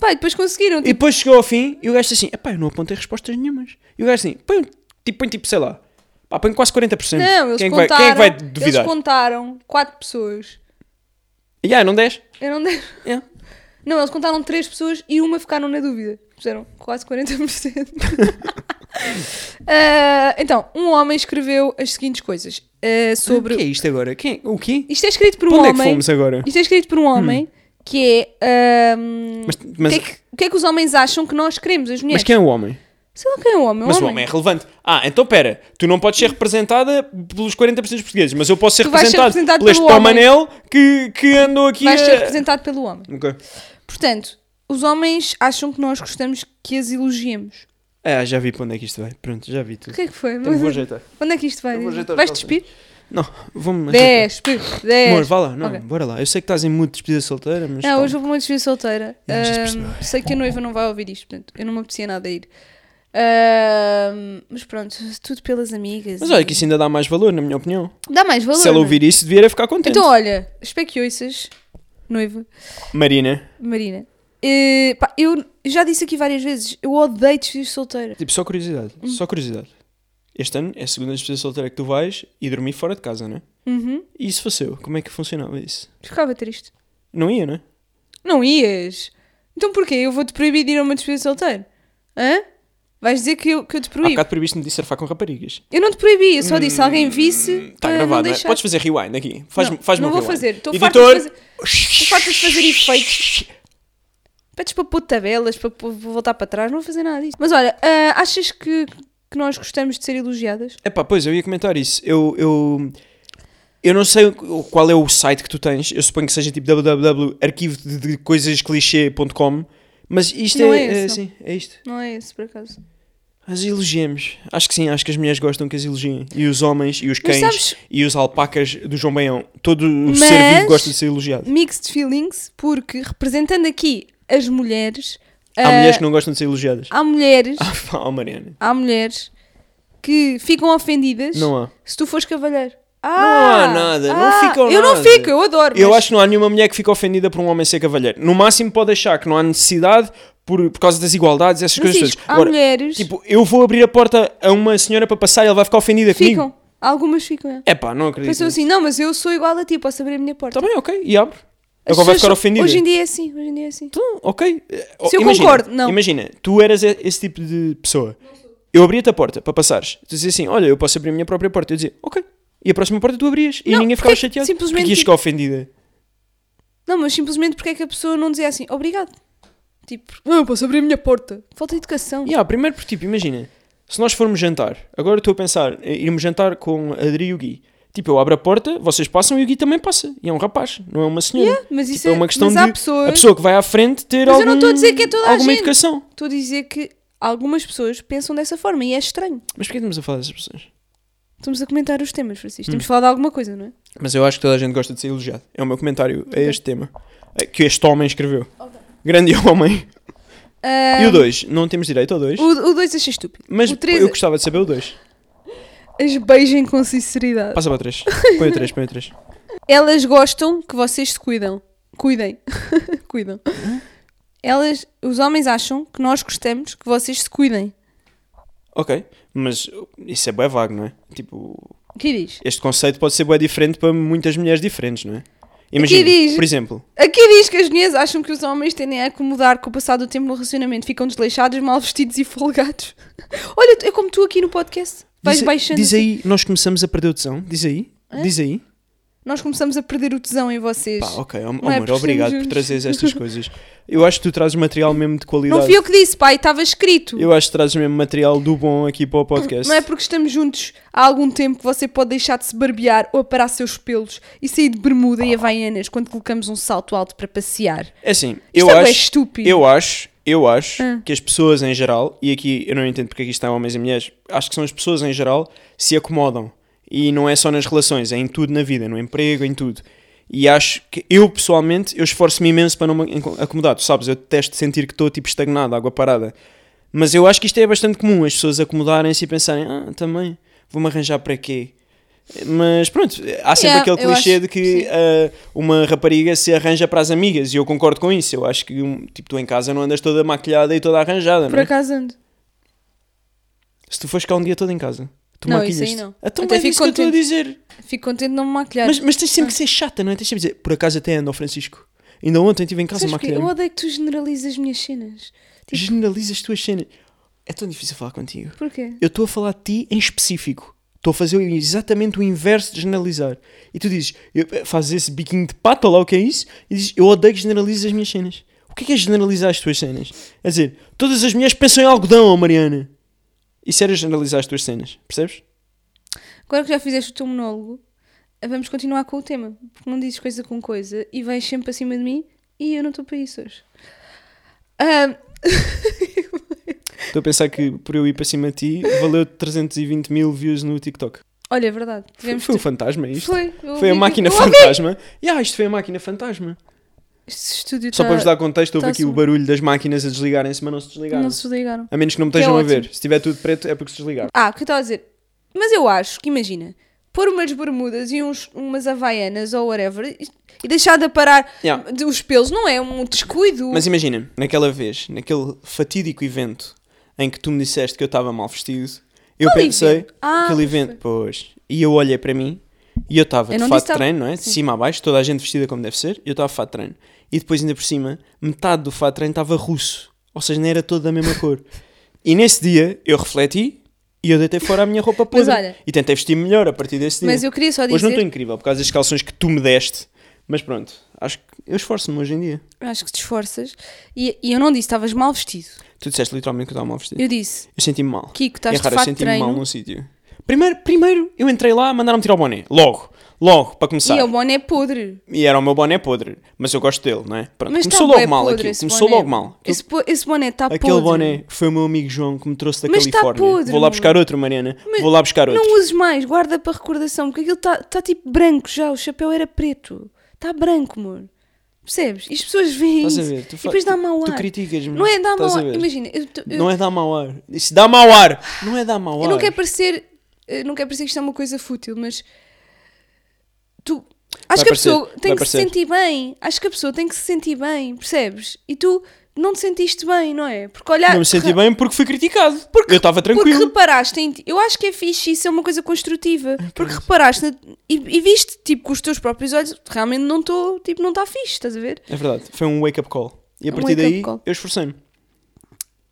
Speaker 2: Pá, e depois conseguiram,
Speaker 1: E
Speaker 2: tipo,
Speaker 1: depois chegou ao fim e o gajo disse assim, epá, eu não apontei respostas nenhumas. E o gajo assim, põe, tipo, põe tipo, sei lá, pá, põe quase 40%.
Speaker 2: não, eles
Speaker 1: quem, é que vai,
Speaker 2: contaram,
Speaker 1: quem é que vai duvidar?
Speaker 2: eles contaram quatro pessoas.
Speaker 1: Yeah, não 10?
Speaker 2: Eu não dei...
Speaker 1: Yeah.
Speaker 2: Não, eles contaram três pessoas e uma ficaram na dúvida. Fizeram quase 40%. Ah, então, um homem escreveu as seguintes coisas ah, sobre.
Speaker 1: O que é isto agora? Quem? O quê?
Speaker 2: Isto é escrito por
Speaker 1: Para
Speaker 2: um
Speaker 1: onde é que
Speaker 2: homem.
Speaker 1: fomos agora?
Speaker 2: Isto é escrito por um homem que é. ahm,
Speaker 1: Mas, mas,
Speaker 2: o, que é que, o que é que os homens acham que nós queremos, as mulheres?
Speaker 1: mas quem é o homem?
Speaker 2: Sei lá quem é o homem.
Speaker 1: Mas o homem é relevante. Ah, então pera, tu não podes ser representada pelos 40% dos portugueses, mas eu posso ser
Speaker 2: Tu vais ser representado
Speaker 1: representado, por este
Speaker 2: pelo homem.
Speaker 1: Tomanel que, que andou aqui
Speaker 2: Vai
Speaker 1: a...
Speaker 2: ser representado pelo homem.
Speaker 1: Ok.
Speaker 2: Portanto, os homens acham que nós gostamos que as elogiemos.
Speaker 1: Ah, já vi para onde é que isto vai. Pronto, já vi
Speaker 2: O
Speaker 1: tudo.
Speaker 2: que é que foi?
Speaker 1: Então vou ajeitar.
Speaker 2: Onde é que isto vai?
Speaker 1: Eu vou ajeitar
Speaker 2: Vais
Speaker 1: as calças.
Speaker 2: despir?
Speaker 1: Não, vamos... ajeitar.
Speaker 2: 10, 10.
Speaker 1: Amor, vá lá. Não,
Speaker 2: Ok.
Speaker 1: bora lá. Eu sei que estás em muito despedida solteira,
Speaker 2: Não,
Speaker 1: mas... calma.
Speaker 2: hoje vou para uma despedida solteira.
Speaker 1: Yeah, já se
Speaker 2: Ahm,
Speaker 1: percebeu.
Speaker 2: sei que a noiva não vai ouvir isto, portanto, eu não me apetecia nada a ir. Ahm, mas pronto, tudo pelas amigas.
Speaker 1: Mas
Speaker 2: e-
Speaker 1: olha que isso ainda dá mais valor, na minha opinião.
Speaker 2: Dá mais valor.
Speaker 1: Se ela
Speaker 2: não é?
Speaker 1: ouvir isso, devia era ficar contente.
Speaker 2: Então, olha, espero que ouças, noiva,
Speaker 1: Marina,
Speaker 2: Marina. Eh, pá, eu já disse aqui várias vezes, eu odeio despedidas solteira.
Speaker 1: tipo, só curiosidade,
Speaker 2: Hum.
Speaker 1: só curiosidade. Este ano é a segunda despedida solteira que tu vais e dormir fora de casa, né?
Speaker 2: Uhum.
Speaker 1: E se fosse eu, como é que funcionava isso?
Speaker 2: Ficava triste.
Speaker 1: Não ia, né?
Speaker 2: Não ias. Então porquê? Eu vou-te proibir de ir a uma despedida solteira? Hã? Vais dizer que eu, que eu te
Speaker 1: Há
Speaker 2: proíbo?
Speaker 1: bocado proibiste-me de surfar com raparigas.
Speaker 2: Eu não te proibi, eu só disse, se alguém visse,
Speaker 1: Está
Speaker 2: eh, não
Speaker 1: gravado, né?
Speaker 2: deixar.
Speaker 1: Podes fazer rewind aqui. Faz-me um
Speaker 2: Não,
Speaker 1: faz
Speaker 2: não vou fazer. Estou farta de fazer- estou farta de fazer efeitos. Pedes para pôr tabelas, para pôr- vou voltar para trás, não vou fazer nada disso. Mas olha, ah, achas que, que nós gostamos de ser elogiadas?
Speaker 1: Epá, pois, eu ia comentar isso. Eu, eu, eu não sei o- qual é o site que tu tens. Eu suponho que seja tipo www.arquivodecoisasclichê.com Mas isto
Speaker 2: Não
Speaker 1: é,
Speaker 2: é esse,
Speaker 1: é
Speaker 2: não.
Speaker 1: assim, é isto.
Speaker 2: Não é esse, por acaso.
Speaker 1: As elogiemos. Acho que sim, acho que as mulheres gostam que as elogiem. E os homens, e os
Speaker 2: Mas
Speaker 1: cães,
Speaker 2: sabes-
Speaker 1: e os alpacas do João Baião. Todo o ser
Speaker 2: Mas-
Speaker 1: vivo gosta de ser elogiado.
Speaker 2: Mixed feelings, porque representando aqui as mulheres, ah,
Speaker 1: Há mulheres que não gostam de ser elogiadas.
Speaker 2: há mulheres,
Speaker 1: Ah, pá, oh, Mariana.
Speaker 2: há mulheres que ficam ofendidas
Speaker 1: Não há.
Speaker 2: se tu fores cavalheiro. Ah,
Speaker 1: há nada, não ficam
Speaker 2: Eu não
Speaker 1: nada.
Speaker 2: fico, eu adoro.
Speaker 1: Eu
Speaker 2: mas-
Speaker 1: acho que não há nenhuma mulher que fica ofendida por um homem ser cavalheiro. No máximo pode achar que não há necessidade por, por causa das igualdades, essas
Speaker 2: Francisco,
Speaker 1: coisas todas.
Speaker 2: há
Speaker 1: Agora,
Speaker 2: mulheres
Speaker 1: tipo, eu vou abrir a porta a uma senhora para passar e ela vai ficar ofendida
Speaker 2: que ficam.
Speaker 1: é comigo.
Speaker 2: Algumas ficam. É.
Speaker 1: É pá, não acredito. Então,
Speaker 2: Pensam assim, não, mas eu sou igual a ti, posso abrir a minha porta.
Speaker 1: Está bem, ok, e abre.
Speaker 2: As
Speaker 1: Agora vai
Speaker 2: pessoas
Speaker 1: ficar
Speaker 2: são-
Speaker 1: ofendida.
Speaker 2: Hoje em dia é assim, hoje em dia é assim.
Speaker 1: Então, ok.
Speaker 2: Se eu
Speaker 1: Imagina-
Speaker 2: concordo, não.
Speaker 1: Imagina, tu eras e- esse tipo de pessoa. Eu abria-te a porta para passares. Tu dizias assim: Olha, eu posso abrir a minha própria porta. Eu dizia: Ok. E a próxima porta tu abrias. E
Speaker 2: Não,
Speaker 1: ninguém ficava
Speaker 2: porque
Speaker 1: chateado.
Speaker 2: simplesmente- tipo-
Speaker 1: Porque ias ficar ofendida.
Speaker 2: Não, mas simplesmente porque é que a pessoa não dizia assim, obrigado. Tipo, não, eu posso abrir a minha porta. Falta de educação.
Speaker 1: E ah, primeiro, porque tipo, imagina, se nós formos jantar. Agora estou a pensar, eh, irmos jantar com a Adri e o Gui. Tipo, eu abro a porta, vocês passam e o Gui também passa. E é um rapaz, não é uma senhora.
Speaker 2: Yeah, mas isso
Speaker 1: Tipo, é uma questão
Speaker 2: mas
Speaker 1: de
Speaker 2: há pessoas,
Speaker 1: a pessoa que vai à frente ter
Speaker 2: Mas eu
Speaker 1: algum,
Speaker 2: não estou a dizer que é toda a
Speaker 1: alguma
Speaker 2: gente.
Speaker 1: educação.
Speaker 2: estou a dizer que algumas pessoas pensam dessa forma e é estranho.
Speaker 1: Mas porquê estamos a falar dessas pessoas?
Speaker 2: Estamos a comentar os temas, Francisco.
Speaker 1: Hum.
Speaker 2: Temos falado de alguma coisa, não é?
Speaker 1: Mas eu acho que toda a gente gosta de ser elogiado. É o meu comentário a este tema. eh, Que este homem escreveu. Grande homem. E o 2? Não temos direito ao 2?
Speaker 2: Um, O 2 achei estúpido.
Speaker 1: Mas
Speaker 2: o 3
Speaker 1: eu gostava de saber o 2.
Speaker 2: as beijem com sinceridade.
Speaker 1: Passa para o 3. Põe o 3, põe o 3.
Speaker 2: Elas gostam que vocês se cuidam. Cuidem. cuidam. Elas, os homens acham que nós gostamos que vocês se cuidem.
Speaker 1: Ok. Mas isso é bué vago, não é? Tipo,
Speaker 2: Aqui diz.
Speaker 1: este conceito pode ser bué diferente para muitas mulheres diferentes, não é? Imagina,
Speaker 2: diz-
Speaker 1: por exemplo,
Speaker 2: Aqui diz que as mulheres acham que os homens tendem a acomodar com o passar do tempo no relacionamento. Ficam desleixados, mal vestidos e folgados. Olha, é como tu aqui no podcast. Vais
Speaker 1: diz,
Speaker 2: baixando.
Speaker 1: diz
Speaker 2: assim.
Speaker 1: aí, nós começamos a perder o tesão, diz aí, diz aí.
Speaker 2: Nós começamos a perder o tesão em vocês.
Speaker 1: Pá, Ah, ok, am-
Speaker 2: Não é
Speaker 1: amor,
Speaker 2: por
Speaker 1: obrigado
Speaker 2: sermos
Speaker 1: por
Speaker 2: juntos.
Speaker 1: trazeres estas coisas. Eu acho que tu trazes material mesmo de qualidade.
Speaker 2: Não fui eu que disse, pai. Estava escrito.
Speaker 1: Eu acho que trazes mesmo material do bom aqui para o podcast.
Speaker 2: Não é porque estamos juntos há algum tempo que você pode deixar de se barbear ou aparar seus pelos e sair de bermuda e havaianas quando colocamos um salto alto para passear.
Speaker 1: É assim, eu
Speaker 2: é bué
Speaker 1: acho,
Speaker 2: estúpido.
Speaker 1: eu acho, eu acho
Speaker 2: Ah.
Speaker 1: que as pessoas em geral, e aqui eu não entendo porque é aqui estão homens e mulheres, acho que são as pessoas em geral se acomodam. E não é só nas relações, é em tudo na vida, no emprego, em tudo. E acho que eu pessoalmente, eu esforço-me imenso para não me enco- acomodar, tu sabes, eu detesto sentir que estou tipo estagnado, água parada. Mas eu acho que isto é bastante comum, as pessoas acomodarem-se e pensarem, ah, também, vou-me arranjar para quê? Mas pronto, há sempre
Speaker 2: Yeah,
Speaker 1: aquele
Speaker 2: eu
Speaker 1: clichê
Speaker 2: acho-
Speaker 1: de que ah, uma rapariga se arranja para as amigas e eu concordo com isso. Eu acho que um, tipo, tu em casa não andas toda maquilhada e toda arranjada,
Speaker 2: Por
Speaker 1: não é?
Speaker 2: acaso ando.
Speaker 1: Se tu fores cá um dia todo em casa, tu
Speaker 2: Não,
Speaker 1: maquilhas.
Speaker 2: isso aí não.
Speaker 1: Então
Speaker 2: Até
Speaker 1: é
Speaker 2: fico
Speaker 1: isso que eu estou a
Speaker 2: contente. Ah.
Speaker 1: dizer.
Speaker 2: Fico contente de não me maquilhar.
Speaker 1: Mas, mas tens sempre que ser chata, não é? Tens sempre que dizer, por acaso até ando ao Francisco. Ainda ontem estive em casa
Speaker 2: Sabes porquê?
Speaker 1: maquilhada.
Speaker 2: Eu odeio que tu generalizas as minhas cenas. Tipo,
Speaker 1: Generalizas as tuas cenas. É tão difícil falar contigo.
Speaker 2: porquê?
Speaker 1: Eu estou a falar de ti em específico. Estou a fazer exatamente o inverso de generalizar. E tu dizes, eu- eh, fazes esse biquinho de pato, ou lá o que é isso, e dizes, eu odeio que generalizes as minhas cenas. O que é que é generalizar as tuas cenas? É dizer, todas as mulheres pensam em algodão, ó Mariana. Isso era generalizar as tuas cenas, percebes?
Speaker 2: Agora que já fizeste o teu monólogo, vamos continuar com o tema. Porque não dizes coisa com coisa e vais sempre acima de mim e eu não estou para isso hoje. Ah,
Speaker 1: Estou a pensar que por eu ir para cima de ti, valeu 320 mil views no TikTok.
Speaker 2: olha, é verdade.
Speaker 1: Foi,
Speaker 2: Tivemos
Speaker 1: foi um
Speaker 2: tu-
Speaker 1: fantasma isto?
Speaker 2: Foi, um eu
Speaker 1: Foi
Speaker 2: ouvi-
Speaker 1: a máquina
Speaker 2: eu ouvi.
Speaker 1: fantasma. Yeah, isto foi a máquina fantasma.
Speaker 2: Este estúdio
Speaker 1: Só
Speaker 2: tá-
Speaker 1: para vos dar contexto, houve
Speaker 2: tá
Speaker 1: aqui o
Speaker 2: som.
Speaker 1: barulho das máquinas a desligarem-se, mas não se desligaram.
Speaker 2: Não se desligaram.
Speaker 1: A menos que não me
Speaker 2: Que é
Speaker 1: estejam a
Speaker 2: ótimo.
Speaker 1: ver. Se tiver tudo preto é porque se desligaram.
Speaker 2: Ah, o que eu estava a dizer. Mas eu acho que, imagina, pôr umas bermudas e uns, umas havaianas ou whatever e- e deixar de aparar
Speaker 1: Yeah.
Speaker 2: de- os pelos não é um descuido.
Speaker 1: Mas imagina, naquela vez, naquele fatídico evento em que tu me disseste que eu estava mal vestido, eu
Speaker 2: Qual
Speaker 1: pensei,
Speaker 2: evento? Ah,
Speaker 1: aquele
Speaker 2: pois
Speaker 1: evento, pois. E eu olhei para mim e eu estava
Speaker 2: Eu
Speaker 1: de
Speaker 2: não
Speaker 1: fato
Speaker 2: disse
Speaker 1: de
Speaker 2: tava-
Speaker 1: treino, não é? De cima a baixo, toda a gente vestida como deve ser, eu estava de fato de treino. E depois, ainda por cima, metade do fato de treino estava russo. Ou seja, não era todo da mesma cor. E nesse dia, eu refleti e eu deitei fora a minha roupa podre.
Speaker 2: Mas olha-
Speaker 1: e tentei vestir melhor a partir desse dia.
Speaker 2: Mas eu queria só
Speaker 1: Hoje não
Speaker 2: dizer-
Speaker 1: estou incrível, por causa das calções que tu me deste. Mas pronto, acho que eu esforço-me hoje em dia.
Speaker 2: Acho que te esforças. E, e eu não disse, estavas mal vestido.
Speaker 1: Tu disseste literalmente que eu estava mal vestido. Eu,
Speaker 2: Eu disse,
Speaker 1: senti-me mal.
Speaker 2: Kiko, estás
Speaker 1: é
Speaker 2: de
Speaker 1: raro, eu
Speaker 2: fato de
Speaker 1: senti-me mal
Speaker 2: treino.
Speaker 1: num sítio. Primeiro, primeiro, eu entrei lá, mandaram-me tirar o boné. Logo. Logo, para começar.
Speaker 2: E o boné é podre.
Speaker 1: E era o meu boné podre, mas eu gosto dele, não é? Pronto,
Speaker 2: Mas
Speaker 1: começou
Speaker 2: tá bué
Speaker 1: logo mal
Speaker 2: podre
Speaker 1: aquilo.
Speaker 2: esse
Speaker 1: Começou
Speaker 2: boné.
Speaker 1: logo mal.
Speaker 2: Esse, po- esse boné está podre.
Speaker 1: Aquele boné foi o meu amigo João que me trouxe da
Speaker 2: Mas tá
Speaker 1: Califórnia.
Speaker 2: podre,
Speaker 1: Vou lá
Speaker 2: meu.
Speaker 1: buscar outro, Mariana.
Speaker 2: Mas
Speaker 1: Vou lá buscar outro.
Speaker 2: Não é uses mais, guarda para recordação, porque aquilo está tá, tipo branco já, o chapéu era preto. Está branco, amor. Percebes? E as pessoas veem
Speaker 1: Estás
Speaker 2: isso.
Speaker 1: a ver? Tu
Speaker 2: e
Speaker 1: fa-
Speaker 2: depois dá
Speaker 1: tu-
Speaker 2: mau ar.
Speaker 1: tu criticas-me,
Speaker 2: Não é dá
Speaker 1: estás
Speaker 2: mau
Speaker 1: a
Speaker 2: ar.
Speaker 1: ver?
Speaker 2: Imagina, eu, tô- eu-
Speaker 1: Não é dar mau ar. Isso dá mau ar. Não é dar mau
Speaker 2: eu
Speaker 1: ar.
Speaker 2: não quero parecer. eu não quero parecer que isto é uma coisa fútil, mas. Tu. Acho
Speaker 1: Vai
Speaker 2: que a
Speaker 1: parecer,
Speaker 2: pessoa tem
Speaker 1: vai
Speaker 2: que se
Speaker 1: parecer.
Speaker 2: sentir bem. Acho que a pessoa tem que se sentir bem, percebes? E tu não te sentiste bem, não é? Porque olhar.
Speaker 1: Não me senti
Speaker 2: ra-
Speaker 1: bem porque fui criticado. eu estava
Speaker 2: Porque
Speaker 1: tranquilo.
Speaker 2: reparaste em ti. Eu acho que é fixe isso, é uma coisa construtiva. Porque reparaste na- e, e viste, tipo, com os teus próprios olhos, realmente não estou, tipo, não está fixe, estás a ver?
Speaker 1: É verdade. Foi um wake-up call. E a
Speaker 2: Um
Speaker 1: partir
Speaker 2: wake-up
Speaker 1: daí
Speaker 2: call.
Speaker 1: eu esforcei-me.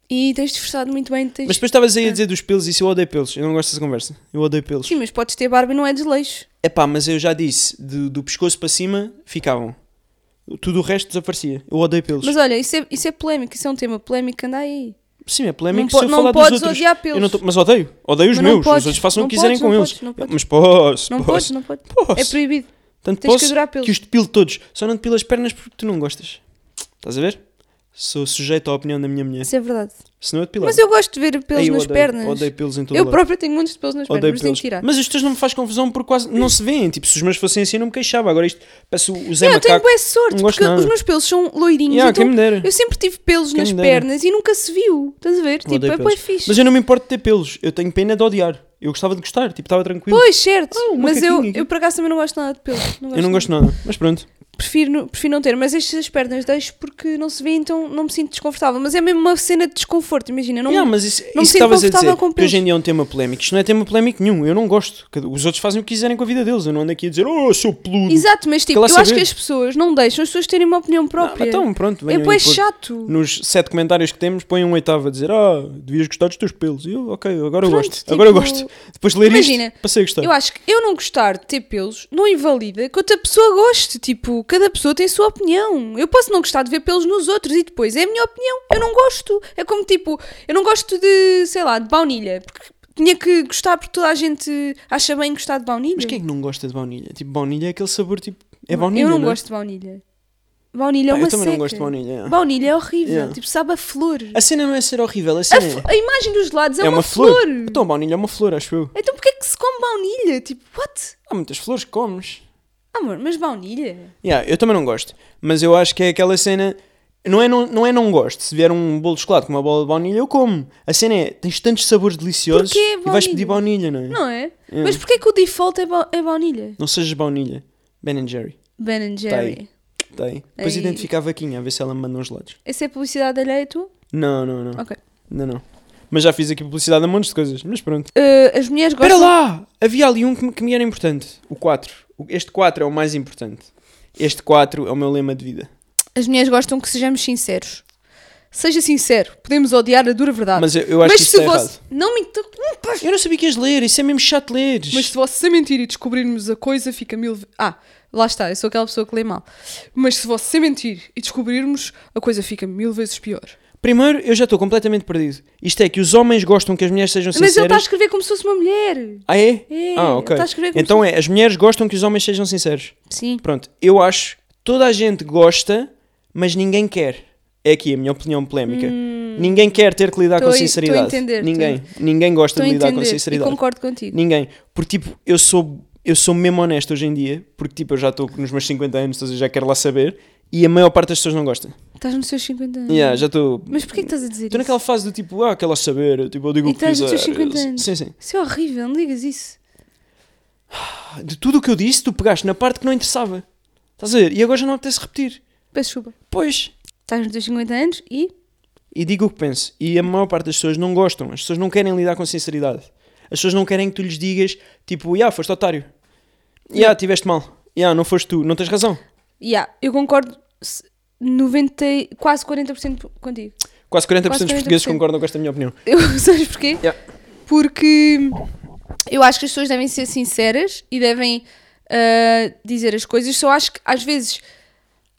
Speaker 2: E tens te esforçado muito bem. Tens...
Speaker 1: Mas depois estavas
Speaker 2: Ah.
Speaker 1: aí a dizer dos pelos. Isso eu odeio pelos. Eu não gosto dessa conversa. Eu odeio pelos.
Speaker 2: Sim, mas podes ter barba e não é desleixo.
Speaker 1: É pá, mas eu já disse. Do, do pescoço para cima ficavam. Tudo o resto desaparecia. Eu odeio pelos.
Speaker 2: Mas olha, isso é, isso é polémico, isso é um tema polémico, anda aí.
Speaker 1: Sim, é polémico
Speaker 2: Não
Speaker 1: se
Speaker 2: po-
Speaker 1: eu
Speaker 2: não
Speaker 1: falar dos
Speaker 2: podes
Speaker 1: outros.
Speaker 2: odiar pelos.
Speaker 1: Eu não tô- mas odeio. Odeio os
Speaker 2: Mas não
Speaker 1: meus.
Speaker 2: podes,
Speaker 1: os outros façam o
Speaker 2: não
Speaker 1: que quiserem
Speaker 2: podes, não
Speaker 1: com
Speaker 2: podes,
Speaker 1: eles.
Speaker 2: não podes.
Speaker 1: Mas posso,
Speaker 2: Não
Speaker 1: posso.
Speaker 2: podes, não podes.
Speaker 1: Posso.
Speaker 2: É proibido.
Speaker 1: Tanto
Speaker 2: Tens que
Speaker 1: posso
Speaker 2: adorar pelos.
Speaker 1: que os depilo todos. Só não depilo as pernas porque tu não gostas. Estás a ver? Sou sujeito à opinião da minha mulher.
Speaker 2: Isso é verdade.
Speaker 1: Se não eu depilava.
Speaker 2: Mas eu gosto de ver pelos
Speaker 1: Ei, eu
Speaker 2: nas
Speaker 1: odeio,
Speaker 2: pernas.
Speaker 1: Odeio pelos em todo
Speaker 2: eu
Speaker 1: lado.
Speaker 2: próprio tenho muitos pelos nas pernas,
Speaker 1: Odeio
Speaker 2: mas tenho
Speaker 1: pelos.
Speaker 2: que tirar.
Speaker 1: Mas os teus não me faz confusão porque quase não se vêem. Tipo, se os meus fossem assim, eu não me queixava. Agora isto parece o o Zé
Speaker 2: Não, eu tenho
Speaker 1: é Macaco.
Speaker 2: boa sorte,
Speaker 1: não gosto
Speaker 2: porque
Speaker 1: nada.
Speaker 2: os meus pelos são loirinhos.
Speaker 1: Yeah,
Speaker 2: então
Speaker 1: quem me dera.
Speaker 2: Eu sempre tive pelos
Speaker 1: Quem
Speaker 2: nas
Speaker 1: me dera.
Speaker 2: pernas e nunca se viu. Estás a ver? Tipo,
Speaker 1: Odeio
Speaker 2: é
Speaker 1: pelos.
Speaker 2: bué fixe.
Speaker 1: Mas eu não me importo de ter pelos. Eu tenho pena de odiar. Eu gostava de gostar. Tipo, estava tranquilo.
Speaker 2: Pois, certo.
Speaker 1: Ah, um
Speaker 2: mas eu,
Speaker 1: macaquinho aqui.
Speaker 2: eu por acaso também não gosto nada de pelo.
Speaker 1: eu não gosto de nada. Mas pronto.
Speaker 2: Prefiro, prefiro não ter, mas estas pernas deixo porque não se vê, então não me sinto desconfortável. Mas é mesmo uma cena de desconforto, imagina. Não,
Speaker 1: Yeah, mas isso,
Speaker 2: não me
Speaker 1: isso
Speaker 2: sinto
Speaker 1: que estavas a
Speaker 2: confortável
Speaker 1: dizer,
Speaker 2: com
Speaker 1: que hoje
Speaker 2: pelos.
Speaker 1: em dia é um tema polémico. Isto não é tema polémico nenhum. Eu não gosto. Cada- Os outros fazem o que quiserem com a vida deles. Eu não ando aqui a dizer, oh, seu peludo.
Speaker 2: Exato, mas tipo,
Speaker 1: lá
Speaker 2: eu acho
Speaker 1: saber.
Speaker 2: que as pessoas não deixam as pessoas terem uma opinião
Speaker 1: Ah,
Speaker 2: própria.
Speaker 1: então, pronto.
Speaker 2: é
Speaker 1: venham
Speaker 2: depois
Speaker 1: impor.
Speaker 2: chato.
Speaker 1: Nos sete comentários que temos, põe um oitavo a dizer, ah, devias gostar dos teus pelos. E eu, ok, agora eu
Speaker 2: Pronto,
Speaker 1: gosto. Agora eu
Speaker 2: tipo,
Speaker 1: gosto. Depois de ler
Speaker 2: imagina,
Speaker 1: isto, passei a gostar.
Speaker 2: Eu acho que eu não gostar de ter pelos não invalida que outra pessoa goste. Tipo, cada pessoa tem a sua opinião. Eu posso não gostar de ver pelos nos outros e depois é a minha opinião. Eu não gosto. É como tipo, eu não gosto de, sei lá, de baunilha. Porque tinha que gostar porque toda a gente acha bem gostar de baunilha.
Speaker 1: Mas quem é que não gosta de baunilha? Tipo, baunilha é aquele sabor, tipo, é
Speaker 2: Não,
Speaker 1: baunilha,
Speaker 2: Eu não,
Speaker 1: é?
Speaker 2: gosto de baunilha. Baunilha
Speaker 1: Pá,
Speaker 2: é uma
Speaker 1: eu também
Speaker 2: seca.
Speaker 1: não gosto de baunilha. é.
Speaker 2: Baunilha é horrível.
Speaker 1: Yeah.
Speaker 2: Tipo, sabe a flor.
Speaker 1: A cena não é ser horrível, a
Speaker 2: A,
Speaker 1: cena
Speaker 2: f- a imagem dos lados é,
Speaker 1: é,
Speaker 2: uma, flor.
Speaker 1: Então, baunilha é uma flor, acho eu.
Speaker 2: Então porquê é que se come baunilha? Tipo, what?
Speaker 1: Há muitas flores que comes.
Speaker 2: Amor, mas baunilha?
Speaker 1: Yeah, eu também não gosto. Mas eu acho que é aquela cena. Não é não, não é não gosto. Se vier um bolo de chocolate com uma bola de baunilha, eu como. A cena é: tens tantos sabores deliciosos
Speaker 2: Porquê
Speaker 1: e vais pedir baunilha, não é?
Speaker 2: Não é? Mas porquê que o default é, ba- é baunilha?
Speaker 1: Não sejas baunilha. Ben Jerry.
Speaker 2: Ben and
Speaker 1: Tá
Speaker 2: Jerry.
Speaker 1: aí. Tá aí. Depois
Speaker 2: Aí.
Speaker 1: identifica a vaquinha, a ver se ela me manda uns lados.
Speaker 2: Essa é publicidade alheia tu?
Speaker 1: Não, não, não.
Speaker 2: Ok.
Speaker 1: Não, não. Mas já fiz aqui publicidade a montes de coisas. Mas pronto.
Speaker 2: Uh, as mulheres
Speaker 1: Espera
Speaker 2: gostam...
Speaker 1: lá! Havia ali um que me, que me era importante. O 4. Este 4 é o mais importante. Este 4 é o meu lema de vida.
Speaker 2: As mulheres gostam que sejamos sinceros. Seja sincero. Podemos odiar a dura verdade.
Speaker 1: Mas eu, eu acho
Speaker 2: Mas
Speaker 1: que isto
Speaker 2: se
Speaker 1: está
Speaker 2: você...
Speaker 1: errado.
Speaker 2: Não me... inter- Hum, pá,
Speaker 1: Eu não sabia que ias ler. Isso é mesmo chato leres.
Speaker 2: Mas se você mentir e descobrirmos a coisa, fica mil. ve- Ah, lá está, eu sou aquela pessoa que lê mal. Mas se você mentir e descobrirmos, a coisa fica mil vezes pior.
Speaker 1: Primeiro, eu já estou completamente perdido. Isto é que os homens gostam que as mulheres sejam
Speaker 2: Mas ele está a
Speaker 1: sinceras.
Speaker 2: escrever como se fosse uma mulher.
Speaker 1: Ah, é?
Speaker 2: É,
Speaker 1: ah,
Speaker 2: ele
Speaker 1: ok.
Speaker 2: está a escrever como
Speaker 1: Então é, as mulheres gostam que os homens sejam sinceros.
Speaker 2: Sim.
Speaker 1: Pronto, eu acho que toda a gente gosta, mas ninguém quer. É aqui a minha opinião polémica. Ninguém quer ter que lidar
Speaker 2: Hum. Tô a-
Speaker 1: com
Speaker 2: tô a
Speaker 1: sinceridade.
Speaker 2: entender,
Speaker 1: ninguém. Ninguém gosta
Speaker 2: Estou a
Speaker 1: de lidar
Speaker 2: entender
Speaker 1: com
Speaker 2: e
Speaker 1: sinceridade.
Speaker 2: concordo contigo.
Speaker 1: Ninguém. Porque, tipo, eu sou, eu sou mesmo honesto hoje em dia, porque, tipo, eu já estou nos meus 50 anos, então eu já quero lá saber, e a maior parte das pessoas não gosta.
Speaker 2: Estás nos seus 50 anos.
Speaker 1: Yeah, já estou.
Speaker 2: Mas porquê que estás a dizer
Speaker 1: Estou
Speaker 2: isso?
Speaker 1: naquela fase do tipo, ah, quero lá saber, eu, tipo, eu digo
Speaker 2: E
Speaker 1: o que
Speaker 2: estás nos
Speaker 1: quiser.
Speaker 2: teus 50 anos.
Speaker 1: Sim, sim.
Speaker 2: Isso é horrível, não digas isso.
Speaker 1: Ah, De tudo o que eu disse, tu pegaste na parte que não interessava. Estás a ver? E agora já não apetece repetir.
Speaker 2: Peço desculpa.
Speaker 1: Pois.
Speaker 2: Estás nos teus 50 anos e.
Speaker 1: E digo o que penso. E a maior parte das pessoas não gostam. As pessoas não querem lidar com sinceridade. As pessoas não querem que tu lhes digas, tipo, ah, foste otário. Ah, tiveste mal. Ah, não foste tu. Não tens razão.
Speaker 2: Yeah, eu concordo se- 90, e- quase 40% contigo.
Speaker 1: Quase 40% dos
Speaker 2: Quase
Speaker 1: portugueses
Speaker 2: 40%.
Speaker 1: concordam com esta minha opinião.
Speaker 2: Eu, sabes porquê?
Speaker 1: Yeah.
Speaker 2: Porque eu acho que as pessoas devem ser sinceras e devem ah, dizer as coisas. Só acho que às vezes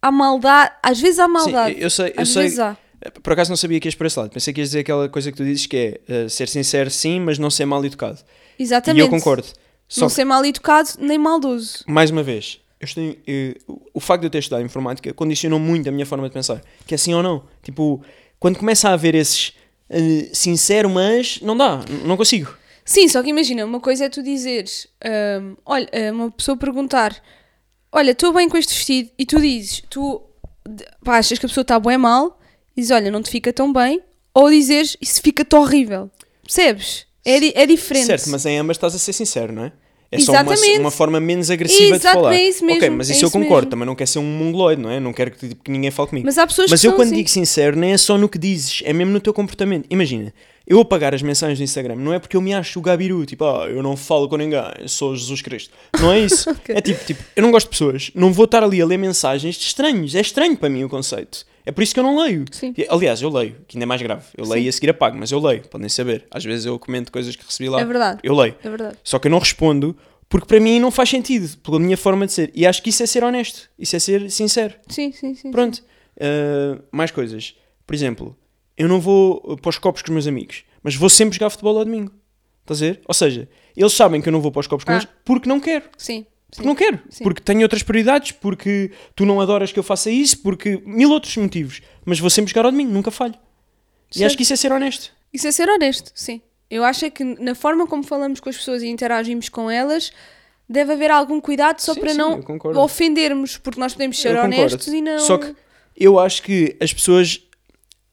Speaker 2: há maldade. Às vezes há maldade.
Speaker 1: Sim, eu sei, eu
Speaker 2: às
Speaker 1: sei.
Speaker 2: vezes há.
Speaker 1: Por acaso não sabia que ias por esse lado. Pensei que ias dizer aquela coisa que tu dizes que é eh, ser sincero sim, mas não ser mal educado.
Speaker 2: Exatamente.
Speaker 1: E eu concordo. Só
Speaker 2: não
Speaker 1: que-
Speaker 2: ser mal educado nem maldoso.
Speaker 1: mais uma vez, eu estudei, eh, o facto de eu ter estudado informática condicionou muito a minha forma de pensar. Que é assim ou não. Tipo, quando começa a haver esses eh, sincero, mas não dá, n- não consigo.
Speaker 2: Sim, só que imagina, uma coisa é tu dizeres, hum, olha, hum, uma pessoa perguntar, olha, estou bem com este vestido, e tu dizes, tu de- pá, achas que a pessoa está bem mal, e dizes, olha, não te fica tão bem, ou dizeres, isso fica-te horrível. Percebes? É, di- é diferente.
Speaker 1: Certo, mas em ambas estás a ser sincero, não é? É só uma,
Speaker 2: Exatamente.
Speaker 1: uma forma menos agressiva
Speaker 2: Exato,
Speaker 1: de falar.
Speaker 2: é isso
Speaker 1: ok,
Speaker 2: mesmo,
Speaker 1: mas
Speaker 2: é
Speaker 1: isso eu
Speaker 2: isso
Speaker 1: concordo,
Speaker 2: mesmo.
Speaker 1: também não quero ser um mongoloide, não é? Não quero que, tipo, que ninguém fale comigo.
Speaker 2: Mas há pessoas
Speaker 1: Mas
Speaker 2: que
Speaker 1: eu
Speaker 2: são
Speaker 1: quando
Speaker 2: assim.
Speaker 1: digo sincero, nem é só no que dizes, é mesmo no teu comportamento. Imagina, eu apagar as mensagens do Instagram não é porque eu me acho o Gabiru, tipo, ah, eu não falo com ninguém, eu sou Jesus Cristo. Não é isso.
Speaker 2: Ok.
Speaker 1: É tipo, tipo, eu não gosto de pessoas, não vou estar ali a ler mensagens de estranhos. É estranho para mim o conceito. É por isso que eu não leio.
Speaker 2: Sim.
Speaker 1: E, Aliás, eu leio, que ainda é mais grave. Eu leio e a seguir apago, mas eu leio, podem saber. Às vezes eu comento coisas que recebi lá.
Speaker 2: É verdade.
Speaker 1: Eu leio.
Speaker 2: É verdade.
Speaker 1: Só que eu não respondo porque para mim não faz sentido, pela minha forma de ser. E acho que isso é ser honesto, isso é ser sincero.
Speaker 2: Sim, sim, sim.
Speaker 1: Pronto. Uh, mais coisas. Por exemplo, eu não vou uh, para os copos com os meus amigos, mas vou sempre jogar futebol ao domingo. Estás a ver? Ou seja, eles sabem que eu não vou para os copos com
Speaker 2: Ah.
Speaker 1: eles porque não quero.
Speaker 2: Sim. sim.
Speaker 1: Porque não quero.
Speaker 2: Sim.
Speaker 1: Porque tenho outras prioridades, porque tu não adoras que eu faça isso, porque mil outros motivos. Mas vou sempre jogar ao domingo, nunca falho. E
Speaker 2: Certo.
Speaker 1: acho que isso é ser honesto.
Speaker 2: Isso é ser honesto, sim. Eu acho é que na forma como falamos com as pessoas e interagimos com elas, deve haver algum cuidado só
Speaker 1: Sim,
Speaker 2: para
Speaker 1: sim, eu
Speaker 2: não
Speaker 1: concordo.
Speaker 2: ofendermos, porque nós podemos ser
Speaker 1: Eu concordo.
Speaker 2: honestos e não.
Speaker 1: Só que eu acho que as pessoas.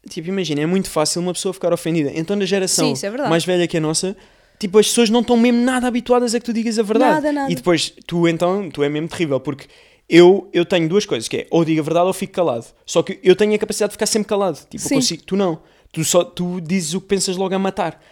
Speaker 1: Tipo, imagina, é muito fácil uma pessoa ficar ofendida. Então, na
Speaker 2: Sim,
Speaker 1: geração
Speaker 2: isso é verdade.
Speaker 1: mais velha que a nossa, tipo, as pessoas não estão mesmo nada habituadas a que tu digas a verdade.
Speaker 2: Nada, nada.
Speaker 1: E depois, tu então, tu é mesmo terrível, porque eu, eu tenho duas coisas, que é ou digo a verdade ou fico calado. Só que eu tenho a capacidade de ficar sempre calado. Tipo, eu
Speaker 2: Sim.
Speaker 1: consigo, tu não. Tu, só, tu dizes o que pensas logo a matar.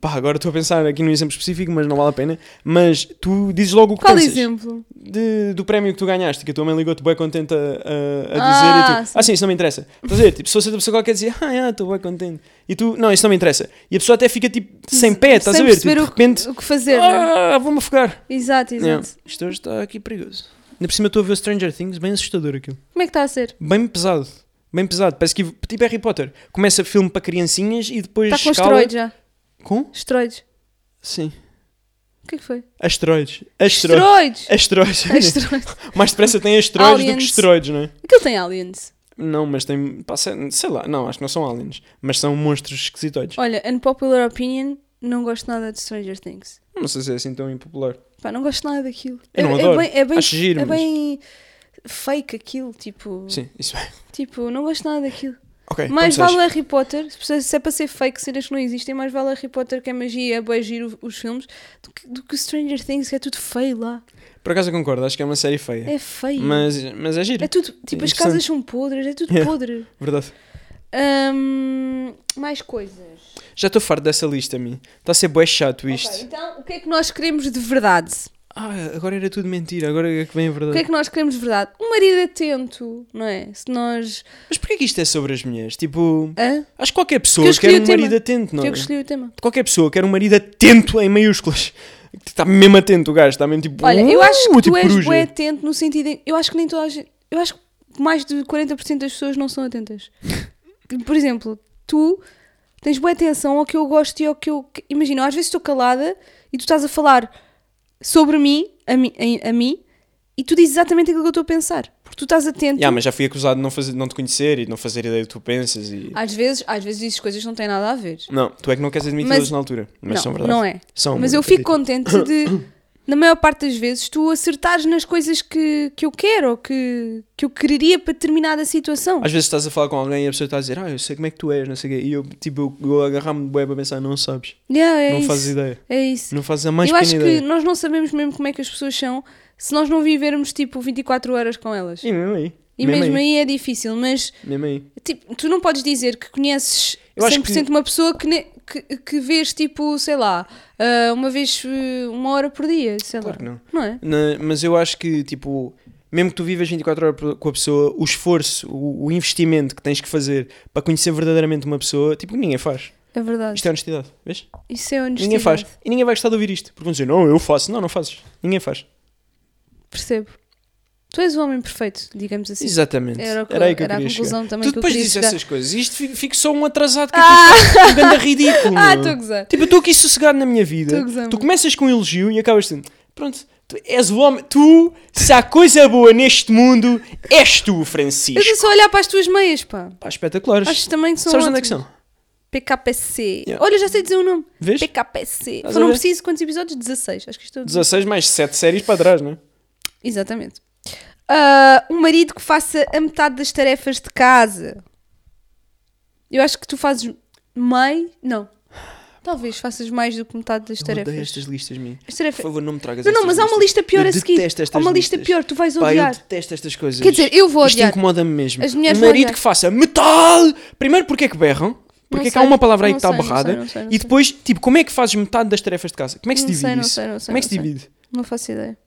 Speaker 1: Pá, agora estou a pensar aqui num exemplo específico, mas não vale a pena. Mas tu dizes logo o que
Speaker 2: Qual
Speaker 1: pensas.
Speaker 2: exemplo?
Speaker 1: De- do prémio que tu ganhaste, que a tua mãe ligou-te bem contente a, a- a
Speaker 2: Ah,
Speaker 1: dizer e tu,
Speaker 2: sim.
Speaker 1: ah sim, isso não me interessa. Estás a ver, tipo, se fosse outra pessoa qualquer dizia, ah, yeah, estou bem contente. E tu, não, isso não me interessa. E a pessoa até fica tipo, sem pé, estás
Speaker 2: Sem
Speaker 1: a ver, tipo,
Speaker 2: perceber
Speaker 1: de
Speaker 2: o que-
Speaker 1: repente,
Speaker 2: o que fazer, não é?
Speaker 1: ah, vou-me afogar.
Speaker 2: Exato, exato.
Speaker 1: Yeah. Isto hoje está aqui perigoso. Ainda por cima estou a ver o Stranger Things, bem assustador aquilo.
Speaker 2: Como é que está a ser?
Speaker 1: Bem pesado, bem pesado. Parece que, tipo Harry Potter, começa filme para criancinhas e depois
Speaker 2: Está Tá com
Speaker 1: escala...
Speaker 2: esteroides já.
Speaker 1: Com?
Speaker 2: Esteroides.
Speaker 1: Sim.
Speaker 2: O que é que foi?
Speaker 1: Asteroides. Asteroides.
Speaker 2: Esteroides!
Speaker 1: Asteroides.
Speaker 2: Esteroides.
Speaker 1: Mais depressa tem asteroides do que
Speaker 2: Aliens.
Speaker 1: esteroides, não é?
Speaker 2: Aquilo tem aliens.
Speaker 1: Não, mas tem. Pá, sei, sei lá, não, acho que não são aliens, mas são monstros esquisitoides.
Speaker 2: Olha, unpopular opinion, não gosto nada de Stranger Things.
Speaker 1: Não sei se é assim tão impopular.
Speaker 2: Pá, não gosto nada daquilo.
Speaker 1: Eu
Speaker 2: é,
Speaker 1: não
Speaker 2: é
Speaker 1: adoro.
Speaker 2: bem, é bem,
Speaker 1: Acho giro,
Speaker 2: é
Speaker 1: mas-
Speaker 2: bem fake aquilo, tipo,
Speaker 1: Sim, isso é.
Speaker 2: tipo, não gosto nada daquilo.
Speaker 1: Ok,
Speaker 2: mais
Speaker 1: É, como
Speaker 2: vale
Speaker 1: seja.
Speaker 2: Harry Potter, se precisa- se é para ser fake, cenas que não existem, mais vale Harry Potter que é magia, boa giro os filmes, do que, do que Stranger Things, que é tudo feio lá.
Speaker 1: Por acaso eu concordo, acho que é uma série feia.
Speaker 2: É feio.
Speaker 1: Mas, mas é giro,
Speaker 2: É tudo, tipo, as
Speaker 1: interessante.
Speaker 2: casas são podres, é tudo
Speaker 1: Yeah.
Speaker 2: podre.
Speaker 1: verdade.
Speaker 2: Hum, mais coisas.
Speaker 1: Já estou farto dessa lista a mim. Está a ser bué chato isto.
Speaker 2: Ok, então, o que é que nós queremos de verdade?
Speaker 1: Ah, agora era tudo mentira, agora é que vem a
Speaker 2: O
Speaker 1: verdade.
Speaker 2: que é que nós queremos de verdade? Um marido atento, não é? Se nós.
Speaker 1: Mas porquê que isto é sobre as mulheres? Tipo,
Speaker 2: Hã?
Speaker 1: acho que qualquer pessoa
Speaker 2: eu escolhi
Speaker 1: quer
Speaker 2: o
Speaker 1: um
Speaker 2: tema.
Speaker 1: marido atento, não
Speaker 2: Eu
Speaker 1: é?
Speaker 2: que escolhi o tema.
Speaker 1: Qualquer pessoa quer um marido atento em maiúsculas. Está mesmo atento o gajo, está mesmo tipo.
Speaker 2: Olha, eu acho que
Speaker 1: "Uh",
Speaker 2: tu
Speaker 1: tipo
Speaker 2: és
Speaker 1: coruja.
Speaker 2: bué atento no sentido em, Eu acho que nem toda a gente. Eu acho que mais de 40% das pessoas não são atentas. Por exemplo, tu tens boa atenção ao que eu gosto e ao que eu. que- Imagina, eu às vezes estou calada e tu estás a falar sobre mim, a, mi, a, a mim, e tu dizes exatamente aquilo que eu estou a pensar. Porque tu estás atento.
Speaker 1: Ya, mas já fui acusado de não, fazer, não te conhecer e de não fazer ideia do que tu pensas e...
Speaker 2: Às vezes, às vezes dizes coisas que não têm nada a ver.
Speaker 1: Não, tu é que não queres admiti-las
Speaker 2: Mas-
Speaker 1: na altura, mas
Speaker 2: não,
Speaker 1: são verdade.
Speaker 2: não é.
Speaker 1: São,
Speaker 2: Mas eu fico contente de, na maior parte das vezes, tu acertares nas coisas que, que eu quero ou que, que eu quereria para determinada situação.
Speaker 1: Às vezes estás a falar com alguém e a pessoa está a dizer Ah, eu sei como é que tu és, não sei o quê. E eu, tipo, eu, eu agarrar-me de bué para pensar, não sabes.
Speaker 2: Yeah, é
Speaker 1: não
Speaker 2: isso,
Speaker 1: fazes ideia.
Speaker 2: É isso.
Speaker 1: Não fazes a mais
Speaker 2: eu acho
Speaker 1: pequena ideia.
Speaker 2: que nós não sabemos mesmo como é que as pessoas são se nós não vivermos tipo 24 horas com elas.
Speaker 1: E mesmo aí.
Speaker 2: E
Speaker 1: mesmo,
Speaker 2: mesmo
Speaker 1: aí.
Speaker 2: aí é difícil, mas
Speaker 1: Mesmo aí.
Speaker 2: tipo, tu não podes dizer que conheces
Speaker 1: Eu acho
Speaker 2: 100% uma pessoa que, ne- que, que vês tipo, sei lá, ah, uma vez, ah, uma hora por dia, sei
Speaker 1: Claro que
Speaker 2: lá.
Speaker 1: não.
Speaker 2: Não é?
Speaker 1: Na- mas eu acho que, tipo, mesmo que tu vivas 24 horas por- com a pessoa, o esforço, o, o investimento que tens que fazer para conhecer verdadeiramente uma pessoa, tipo, ninguém faz.
Speaker 2: É verdade.
Speaker 1: Isto é honestidade, vês?
Speaker 2: Isso é honestidade.
Speaker 1: Ninguém faz. E ninguém vai gostar de ouvir isto. Porque vão dizer, não, eu faço. Não, não fazes. Ninguém faz.
Speaker 2: Percebo. Tu és o homem perfeito, digamos assim.
Speaker 1: Exatamente.
Speaker 2: Era
Speaker 1: Era,
Speaker 2: o que-
Speaker 1: aí que eu
Speaker 2: era a
Speaker 1: queria
Speaker 2: conclusão
Speaker 1: chegar.
Speaker 2: também
Speaker 1: Tu
Speaker 2: que eu
Speaker 1: depois
Speaker 2: queria
Speaker 1: dizes
Speaker 2: chegar.
Speaker 1: essas coisas e isto fico, fico só um atrasado que aqui
Speaker 2: Ah,
Speaker 1: está um ganda ridículo.
Speaker 2: ah,
Speaker 1: meu.
Speaker 2: estou a gozar.
Speaker 1: Tipo, eu estou aqui sossegado na minha
Speaker 2: Estou a
Speaker 1: vida.
Speaker 2: gozar
Speaker 1: Tu
Speaker 2: muito.
Speaker 1: começas com um elogio e acabas sendo. Pronto. Tu és o homem. Tu, se há coisa boa neste mundo, és tu,
Speaker 2: Eu estou
Speaker 1: Francisco.
Speaker 2: só a olhar para as tuas meias, pá.
Speaker 1: Pá, espetaculares.
Speaker 2: Acho também que são
Speaker 1: Sabes onde é que
Speaker 2: ótimas.
Speaker 1: são?
Speaker 2: PKPC.
Speaker 1: Yeah.
Speaker 2: Olha, já sei dizer o nome.
Speaker 1: Vês?
Speaker 2: PKPC.
Speaker 1: Estás a
Speaker 2: Foram
Speaker 1: ver?
Speaker 2: preciso quantos episódios? 16. Acho que é estou.
Speaker 1: 16 mais 7 séries para trás, não é?
Speaker 2: Exatamente. Ah, um marido que faça a metade das tarefas de casa. Eu acho que tu fazes meio. Não. Talvez faças mais do que metade das
Speaker 1: Eu odeio
Speaker 2: tarefas.
Speaker 1: estas listas, minhas.
Speaker 2: As
Speaker 1: Por
Speaker 2: tarefas.
Speaker 1: favor, não me tragas
Speaker 2: Não, não, é mas
Speaker 1: estas
Speaker 2: há uma
Speaker 1: listas.
Speaker 2: lista pior
Speaker 1: Eu
Speaker 2: a seguir.
Speaker 1: detesto estas
Speaker 2: Há uma lista
Speaker 1: listas.
Speaker 2: pior, tu vais
Speaker 1: Pá, eu
Speaker 2: odiar.
Speaker 1: detesto estas coisas.
Speaker 2: Quer dizer, eu vou
Speaker 1: Isto é
Speaker 2: odiar.
Speaker 1: incomoda-me mesmo.
Speaker 2: As mulheres
Speaker 1: um
Speaker 2: vão
Speaker 1: marido
Speaker 2: odiar.
Speaker 1: que faça metal. Primeiro, porque é que berram? Porque é que há
Speaker 2: sei,
Speaker 1: uma palavra aí
Speaker 2: não
Speaker 1: que está
Speaker 2: sei, não sei,
Speaker 1: barrada.
Speaker 2: não sei, não
Speaker 1: E
Speaker 2: sei.
Speaker 1: depois, tipo, como é que fazes metade das tarefas de casa? Como é que se
Speaker 2: Não
Speaker 1: divide
Speaker 2: sei, não
Speaker 1: isso?
Speaker 2: sei, não sei,
Speaker 1: como é que
Speaker 2: não
Speaker 1: se
Speaker 2: sei.
Speaker 1: divide?
Speaker 2: Não faço ideia.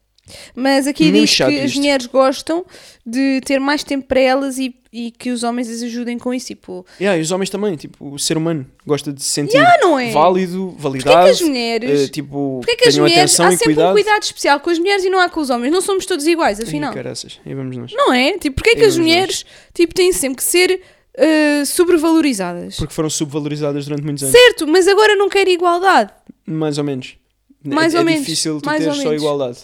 Speaker 2: Mas aqui
Speaker 1: Muito
Speaker 2: diz que
Speaker 1: chato
Speaker 2: as
Speaker 1: isto.
Speaker 2: mulheres gostam de ter mais tempo para elas e, e que os homens as ajudem com isso. Tipo,
Speaker 1: Yeah, e os homens também, tipo, o ser humano gosta de se sentir
Speaker 2: ah, não é?
Speaker 1: válido,
Speaker 2: Porquê que
Speaker 1: validado.
Speaker 2: as mulheres.
Speaker 1: eh, tipo,
Speaker 2: Porquê é que as
Speaker 1: tenham
Speaker 2: mulheres.
Speaker 1: atenção
Speaker 2: Há
Speaker 1: e
Speaker 2: sempre
Speaker 1: cuidado.
Speaker 2: um cuidado especial com as mulheres e não há com os homens. Não somos todos iguais,
Speaker 1: Ih,
Speaker 2: afinal.
Speaker 1: caraças, aí vamos nós.
Speaker 2: não é? Tipo, porquê que
Speaker 1: Eu
Speaker 2: as
Speaker 1: não gosto.
Speaker 2: mulheres tipo, têm sempre que ser eh, sobrevalorizadas?
Speaker 1: Porque foram subvalorizadas durante muitos anos.
Speaker 2: Certo, mas agora não quer igualdade.
Speaker 1: Mais ou menos.
Speaker 2: Mais
Speaker 1: é,
Speaker 2: ou
Speaker 1: é
Speaker 2: menos,
Speaker 1: difícil tu
Speaker 2: mais ou
Speaker 1: teres só
Speaker 2: menos.
Speaker 1: igualdade.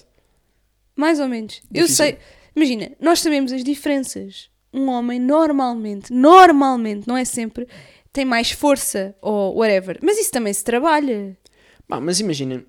Speaker 2: Mais ou menos. Eu
Speaker 1: Difícil.
Speaker 2: sei. Imagina, nós sabemos as diferenças. Um homem normalmente, normalmente, não é sempre, tem mais força ou whatever. Mas isso também se trabalha.
Speaker 1: Pá, mas imagina,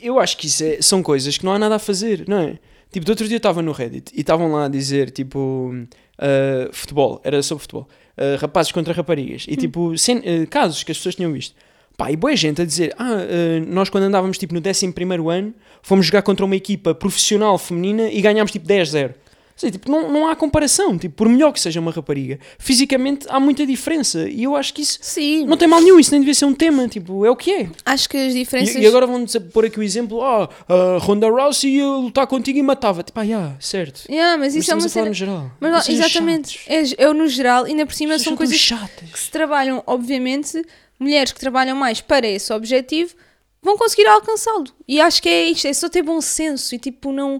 Speaker 1: eu acho que isso é- são coisas que não há nada a fazer, não é? Tipo, do outro dia eu estava no Reddit e estavam lá a dizer, tipo, ah, futebol, era sobre futebol, ah, rapazes contra raparigas, e tipo, cen- ah, casos que as pessoas tinham visto. Pá, e boa gente a dizer, ah, ah, nós quando andávamos, tipo, no 11º ano, fomos jogar contra uma equipa profissional feminina e ganhámos, tipo, 10-0. Ou seja, tipo, não, não há comparação, tipo, por melhor que seja uma rapariga, fisicamente há muita diferença e eu acho que isso
Speaker 2: Sim.
Speaker 1: não tem mal nenhum, isso nem devia ser um tema, tipo, é o que é.
Speaker 2: Acho que as diferenças.
Speaker 1: E, e agora vão pôr aqui o exemplo: ah, a Ronda Rousey ia lutar contigo e matava. Tipo, ah, yeah, certo.
Speaker 2: Yeah, mas isso é
Speaker 1: estamos
Speaker 2: uma
Speaker 1: a falar
Speaker 2: cena.
Speaker 1: no geral.
Speaker 2: Mas não- exatamente. É, eu no geral, ainda por cima são coisas
Speaker 1: chatas.
Speaker 2: que se trabalham, obviamente, mulheres que trabalham mais para esse objetivo vão conseguir alcançá-lo. E acho que é isto, é só ter bom senso e tipo, não.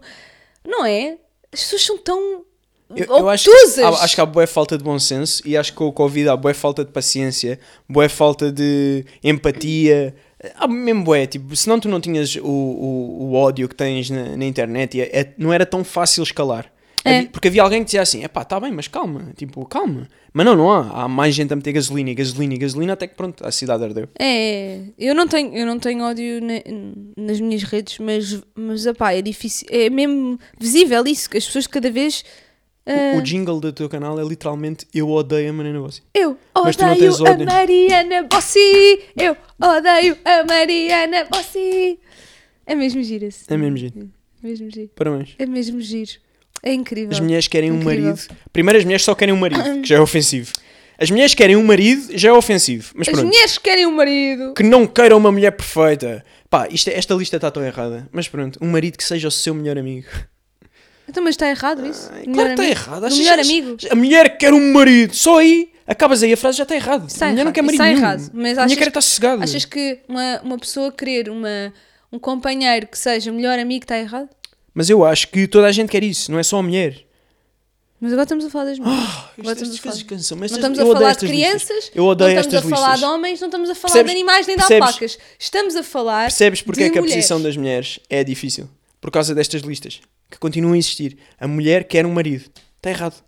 Speaker 2: Não é? As pessoas são tão.
Speaker 1: Eu, eu acho,
Speaker 2: obtusas.
Speaker 1: que, há- acho que há boa falta de bom senso e acho que com o Covid há boa falta de paciência, boa falta de empatia. Há mesmo boé, tipo, senão tu não tinhas o, o, o ódio que tens na, na internet e é- é- não era tão fácil escalar.
Speaker 2: É.
Speaker 1: Havia- Porque havia alguém que dizia assim: epá, tá bem, mas calma, tipo, calma. Mas não, não há. Há mais gente a meter gasolina e gasolina e gasolina até que pronto, a cidade ardeu.
Speaker 2: É, eu não tenho, eu não tenho ódio na- nas minhas redes, mas, mas epá, é difícil, é mesmo visível isso, que as pessoas cada vez. É. ah,
Speaker 1: O jingle do teu canal é literalmente Eu odeio a Mariana Bossi.
Speaker 2: Eu
Speaker 1: Mas tu não
Speaker 2: odeio
Speaker 1: tens
Speaker 2: a
Speaker 1: ódio.
Speaker 2: Mariana Bossi! Eu odeio a Mariana Bossi! É mesmo giro esse.
Speaker 1: É mesmo giro.
Speaker 2: Mesmo giro.
Speaker 1: Parabéns.
Speaker 2: É mesmo giro. É incrível.
Speaker 1: As mulheres querem um
Speaker 2: Incrível.
Speaker 1: marido. Primeiro, as mulheres só querem um marido, que já é ofensivo. As mulheres querem um marido, já é ofensivo. Mas
Speaker 2: As
Speaker 1: pronto.
Speaker 2: mulheres querem um marido.
Speaker 1: Que não queiram uma mulher perfeita. Pá, isto é- esta lista está tão errada. Mas pronto, um marido que seja o seu melhor amigo.
Speaker 2: Então, mas está errado isso?
Speaker 1: Ai,
Speaker 2: Melhor
Speaker 1: claro que está
Speaker 2: amigo?
Speaker 1: errado.
Speaker 2: Do
Speaker 1: Achas-
Speaker 2: melhor
Speaker 1: achas-
Speaker 2: amigo.
Speaker 1: A mulher quer um marido. Só aí acabas aí a frase já está errado.
Speaker 2: Está
Speaker 1: a mulher não
Speaker 2: errado,
Speaker 1: quer
Speaker 2: isso
Speaker 1: marido.
Speaker 2: está
Speaker 1: nenhum.
Speaker 2: errado, mas
Speaker 1: a
Speaker 2: achas
Speaker 1: mulher quer
Speaker 2: que-
Speaker 1: estar sossegada.
Speaker 2: Achas que uma, uma pessoa querer uma, um companheiro que seja melhor amigo está errado?
Speaker 1: Mas eu acho que toda a gente quer isso, não é só a mulher. Ah, é
Speaker 2: Mas agora estamos a falar das mulheres. agora
Speaker 1: Estas
Speaker 2: estamos a falar.
Speaker 1: coisas cansam, mas
Speaker 2: Não
Speaker 1: estas-
Speaker 2: estamos
Speaker 1: eu
Speaker 2: a
Speaker 1: odeio
Speaker 2: falar de
Speaker 1: estas listas.
Speaker 2: crianças,
Speaker 1: Eu odeio
Speaker 2: não estamos
Speaker 1: estas
Speaker 2: a falar
Speaker 1: listas.
Speaker 2: de homens, não estamos a falar
Speaker 1: Percebes?
Speaker 2: de animais nem de
Speaker 1: Percebes?
Speaker 2: alpacas. Estamos a falar.
Speaker 1: Percebes porque
Speaker 2: de
Speaker 1: é que a
Speaker 2: mulheres.
Speaker 1: posição das mulheres é difícil? Por causa destas listas que continuam a existir. A mulher quer um marido. Está errado.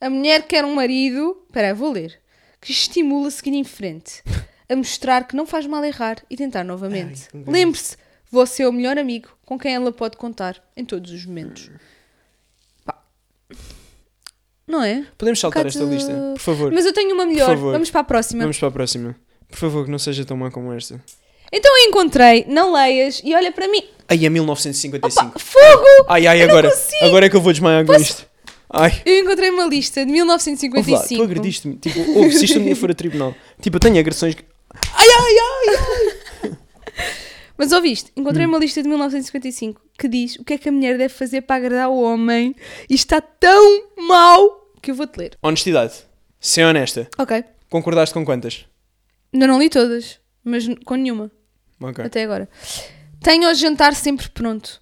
Speaker 2: A mulher quer um marido. Espera, aí, vou ler. Que estimula a seguir em frente, a mostrar que não faz mal errar e tentar novamente.
Speaker 1: Ai, que
Speaker 2: Lembre-se, você é o melhor amigo com quem ela pode contar em todos os momentos. Pá. Não é?
Speaker 1: Podemos saltar esta
Speaker 2: Bocado-
Speaker 1: lista, por favor.
Speaker 2: Mas eu tenho uma melhor.
Speaker 1: Por favor.
Speaker 2: Vamos para a próxima.
Speaker 1: Vamos para a próxima. Por favor, que não seja tão má como esta.
Speaker 2: Então eu encontrei, não leias e olha para mim.
Speaker 1: Ai, é 1955.
Speaker 2: Pá, fogo!
Speaker 1: ai, ai,
Speaker 2: eu não
Speaker 1: agora.
Speaker 2: consigo.
Speaker 1: Agora é que eu vou desmaiar com isto. Ai.
Speaker 2: Eu encontrei uma lista de
Speaker 1: Ouve
Speaker 2: 1955.
Speaker 1: lá, tu agrediste-me. Tipo, ouve, se isto um dia for a tribunal. Tipo, eu tenho agressões. que- Ai, ai, ai.
Speaker 2: Mas ouviste,
Speaker 1: Hum.
Speaker 2: encontrei uma lista de 1955 que diz o que é que a mulher deve fazer para agradar o homem e está tão mal que eu vou-te ler.
Speaker 1: Honestidade. Ser honesta.
Speaker 2: Ok.
Speaker 1: Concordaste com quantas?
Speaker 2: Ainda não li todas, mas n- com nenhuma,
Speaker 1: Ok.
Speaker 2: até agora. Tenho o jantar sempre pronto.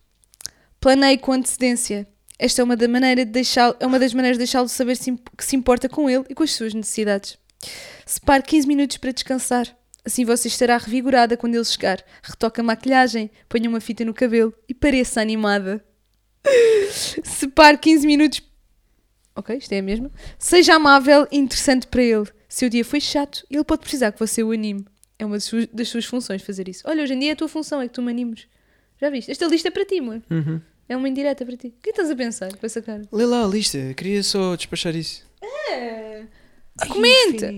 Speaker 2: Planei com antecedência. Esta é uma, da maneira de deixá é uma das maneiras de deixá-lo saber se imp- que se importa com ele e com as suas necessidades. Separe 15 minutos para descansar. Assim você estará revigorada quando ele chegar. Retoque a maquilhagem, ponha uma fita no cabelo e pareça animada. Separe 15 minutos. Ok, isto é a mesma. Seja amável e interessante para ele. Se o dia foi chato, ele pode precisar que você o anime. É uma das suas, das suas funções fazer isso. Olha, hoje em dia é a tua função, é que tu me animes. Já viste? Esta lista é para ti, amor. É uma indireta para ti. O que estás a pensar com essa cara?
Speaker 1: Uhum. Lê lá a lista, queria só despachar isso.
Speaker 2: É. Comenta!